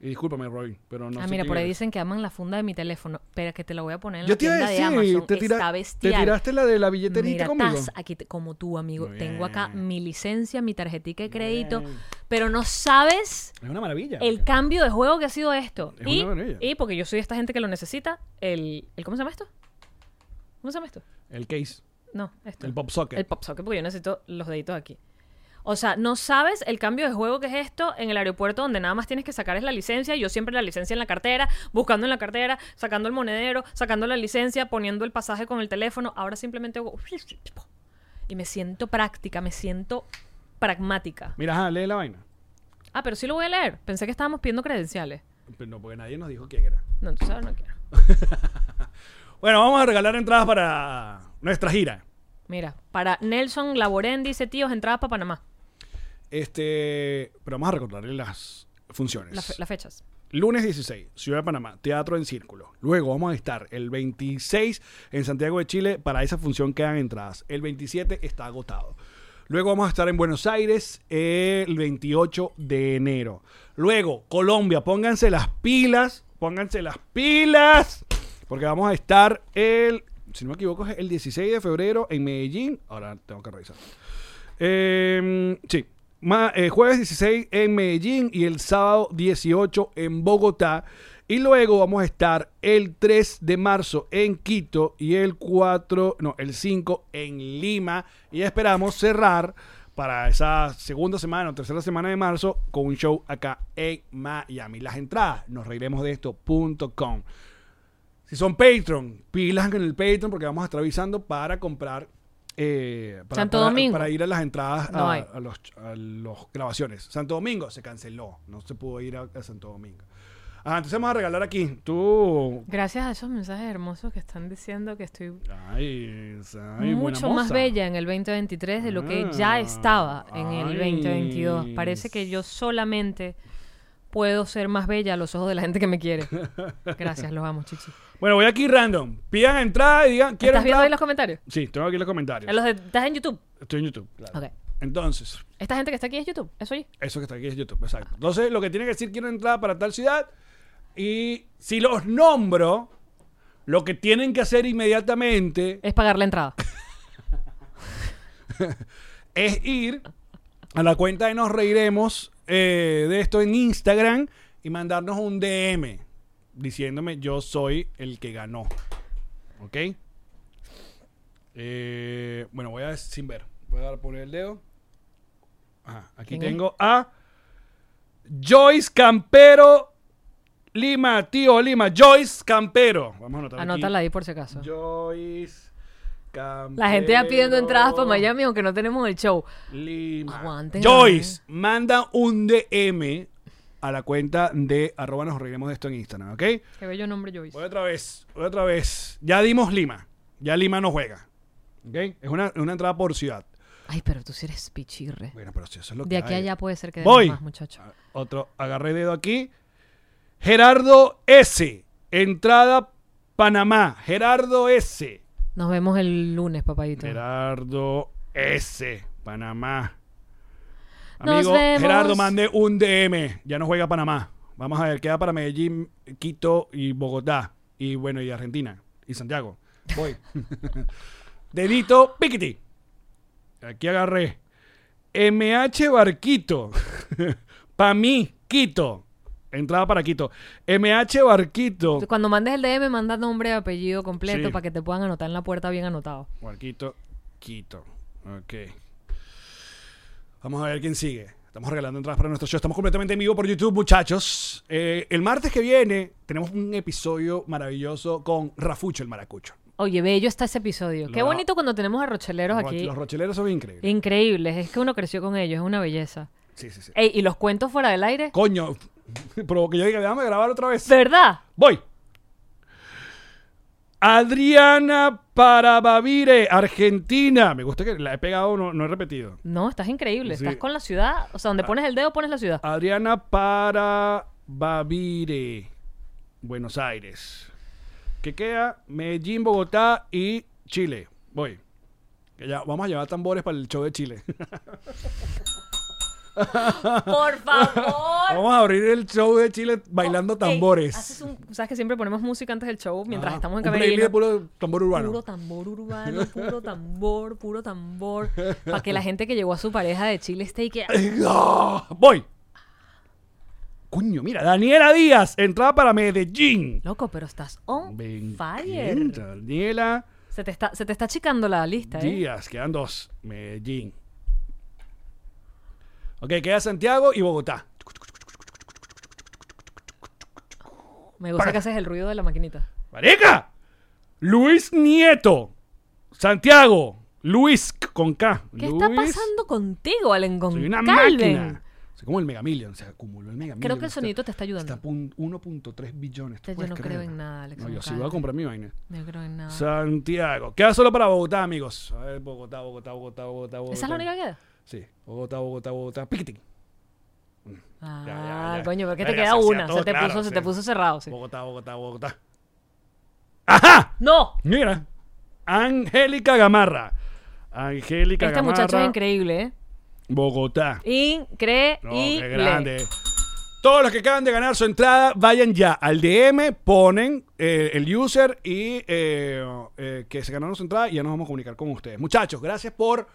Y discúlpame, Roy, pero no
ah,
sé
mira,
quién
por ahí
eres.
dicen que aman la funda de mi teléfono. Espera, que te la voy a poner en
Yo
la
te iba a
tienda de
decir,
Amazon.
te, tira-
Está
te
bestial.
tiraste la de la billeterita
Mira,
conmigo.
tas, aquí te- como tú, amigo.
Muy
Tengo acá
bien.
mi licencia, mi tarjetita de crédito.
bien.
Pero no sabes
Es una maravilla.
el cambio de juego que ha sido esto.
Es
y,
una maravilla.
y porque yo soy esta gente que lo necesita, el, el- ¿Cómo se llama esto? ¿Cómo se llama esto?
El case.
No, esto.
El pop socket.
El pop socket, porque yo necesito los deditos aquí. O sea, no sabes el cambio de juego que es esto en el aeropuerto donde nada más tienes que sacar es la licencia. Yo siempre la licencia en la cartera, buscando en la cartera, sacando el monedero, sacando la licencia, poniendo el pasaje con el teléfono. Ahora simplemente hago... Y me siento práctica, me siento pragmática.
Mira, ajá, lee la vaina.
Ah, pero sí lo voy a leer. Pensé que estábamos pidiendo credenciales.
Pero no, porque nadie nos dijo quién era.
No, entonces ahora no quiero.
Bueno, vamos a regalar entradas para nuestra gira.
Mira, para Nelson Laborén dice, tíos, entradas para Panamá.
Este. Pero vamos a recordarle las funciones.
Las fe- las fechas.
Lunes 16, Ciudad de Panamá, Teatro en Círculo. Luego vamos a estar el 26 en Santiago de Chile. Para esa función quedan entradas. El 27 está agotado. Luego vamos a estar en Buenos Aires el 28 de enero. Luego, Colombia, pónganse las pilas. Pónganse las pilas. Porque vamos a estar el, si no me equivoco, es el 16 de febrero en Medellín. Ahora tengo que revisar. Eh, sí. Ma- eh, jueves 16 en Medellín y el sábado 18 en Bogotá. Y luego vamos a estar el 3 de marzo en Quito y el 4, no, el 5 en Lima. Y esperamos cerrar para esa segunda semana o tercera semana de marzo con un show acá en Miami. Las entradas, nos reiremos de esto.com. Si son Patreon, pilas en el Patreon porque vamos a estar avisando para comprar. eh, para,
Santo
para-
Domingo.
para ir a las entradas
No
a,
hay.
a los, a los grabaciones. Santo Domingo se canceló. No se pudo ir a, a Santo Domingo. Ah, entonces vamos a regalar aquí. Tú.
Gracias a esos mensajes hermosos que están diciendo que estoy
Ay, ay, buena
mucho más
moza.
bella en el 2023 de lo que
Ah,
ya estaba en el
ay.
2022. Parece que yo solamente puedo ser más bella a los ojos de la gente que me quiere. Gracias, los amo, chichi.
Bueno, voy aquí random. Pidan entrada y digan. Quiero
¿Estás
entrada.
viendo ahí los comentarios?
Sí, tengo aquí los comentarios.
A los de- ¿Estás en YouTube?
Estoy en YouTube. claro.
Ok.
Entonces,
Esta gente que está aquí es YouTube. Eso oye.
Eso que está aquí es YouTube, exacto. Entonces, lo que tiene que decir, quiero entrada para tal ciudad. Y si los nombro, lo que tienen que hacer inmediatamente
Es pagar la entrada.
es ir a la cuenta de Nos Reiremos eh, de esto en Instagram y mandarnos un DM diciéndome yo soy el que ganó. ¿Ok? Eh, bueno, voy a sin ver. Voy a poner el dedo. Ajá, aquí
¿Quién es?
tengo a Joyce Campero Lima, tío Lima, Joyce Campero. Vamos a anotar. aquí.
Anótala ahí por si acaso.
Joyce Campero.
La gente ya pidiendo entradas para Miami aunque no tenemos el show.
Lima.
Aguanten,
Joyce, manda un DM a la cuenta de arroba nos reiremos de esto en Instagram, ¿ok?
Qué bello nombre, Joyce.
Voy otra vez, voy otra vez. Ya dimos Lima. Ya Lima no juega. ¿Ok? Es una, una entrada por ciudad.
Ay, pero tú sí eres pichirre.
Bueno, pero si eso es lo que
De aquí a
hay.
allá puede ser que demos
Voy.
más, muchacho.
Ah, Otro, agarré dedo aquí. Gerardo S. Entrada Panamá. Gerardo S.
Nos vemos el lunes, papadito.
Gerardo S. Panamá.
Nos
Amigo,
vemos.
Gerardo, mande un DM. Ya no juega Panamá. Vamos a ver, queda para Medellín, Quito y Bogotá. Y bueno, y Argentina. Y Santiago. Voy. Dedito, piquiti. Aquí agarré. MH Barquito. pa' mí, Quito. Entrada para Quito. MH Barquito.
Cuando mandes el DM, manda nombre, apellido completo
Sí.
para que te puedan anotar en la puerta bien anotado.
Marquito, Quito. Ok. Vamos a ver quién sigue. Estamos regalando entradas para nuestro show. Estamos completamente en vivo por YouTube, muchachos. Eh, el martes que viene tenemos un episodio maravilloso con Rafucho el Maracucho.
Oye, bello está ese episodio. Qué
Lo-
bonito cuando tenemos a Rocheleros
Ro-
aquí.
Los rocheleros son increíbles.
Increíbles. Es que uno creció con ellos. Es una belleza.
Sí, sí, sí.
Ey, ¿y los cuentos fuera del aire?
Coño, provoqué yo dije, déjame grabar otra vez.
¿Verdad?
Voy. Adriana Parabavire, Argentina. Me gusta que la he pegado, no, no he repetido.
No, estás increíble.
Sí. Ah.
Estás con la ciudad. O sea, donde pones el dedo, pones la ciudad.
Adriana Parabavire, Buenos Aires. Que queda Medellín, Bogotá y Chile. Voy. Que ya vamos a llevar tambores para el show de Chile.
Por favor.
vamos a abrir el show de Chile bailando
Ey, haces
tambores.
un- Sabes que siempre ponemos música antes del show mientras
Ajá.
estamos en
Un playlist de
camerino.
puro tambor urbano.
Puro tambor urbano, puro tambor, puro tambor. Para que la gente que llegó a su pareja de Chile esté y que.
¡Ah! Voy. Coño, mira, Daniela Díaz, entrada para Medellín.
Loco, pero estás on
Ven-
fire.
Daniela
Se te, está, se te está achicando la lista, ¿eh?
Díaz, quedan dos. Medellín. Ok, queda Santiago y Bogotá.
Me gusta que haces el ruido de la maquinita.
¡Marica! Luis Nieto. Santiago. Luis c- con K.
¿Qué
Luis,
está pasando contigo, Allen
Soy una
Goncalves?
máquina. Soy como el Mega Million. Se acumuló el Mega
Creo
Million,
que el
está-
sonido te está ayudando.
Está a pun- 1.3 billones. ¿tú
Yo
puedes
no Ah. creo
creer?
en nada, Alex
No, yo sí
Goncalves.
voy a comprar mi vaina.
No creo en nada.
Santiago. Queda solo para Bogotá, amigos. A ver, Bogotá, Bogotá, Bogotá, Bogotá, Bogotá.
¿Esa es la única que queda?
Sí. Bogotá, Bogotá, Bogotá. Piquitín.
Ah,
Ya, ya, ya.
coño, porque te
Verga,
queda
se hacía
una.
todo
se te,
claro,
puso, se
sí.
te puso cerrado, sí.
Bogotá, Bogotá, Bogotá. ¡Ajá!
¡No!
Mira. Angélica Gamarra. Angélica
Este
Gamarra.
muchacho es increíble, ¿eh?
Bogotá.
Increíble.
No, qué grande. Todos los que acaban de ganar su entrada, vayan ya al DM, ponen eh, el user y eh, eh, que se ganaron su entrada y ya nos vamos a comunicar con ustedes. Muchachos, gracias por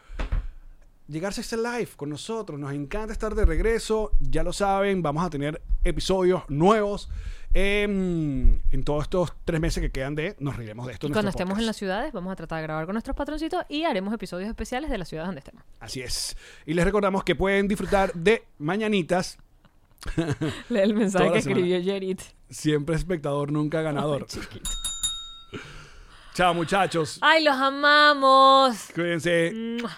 llegarse a este live con nosotros. Nos encanta estar de regreso. Ya lo saben, vamos a tener episodios nuevos em, en todos estos tres meses que quedan de Nos Riremos de esto.
Y
en
cuando
nuestro
estemos en
podcast.
las ciudades, vamos a tratar de grabar con nuestros patroncitos y haremos episodios especiales de las ciudades donde estemos.
Así es. Y les recordamos que pueden disfrutar de Mañanitas,
Lee el mensaje
Toda
que
la semana.
escribió Yerit.
siempre espectador, nunca ganador.
Chiquito.
Chao, muchachos.
¡Ay, los amamos!
Cuídense.
¡Mua!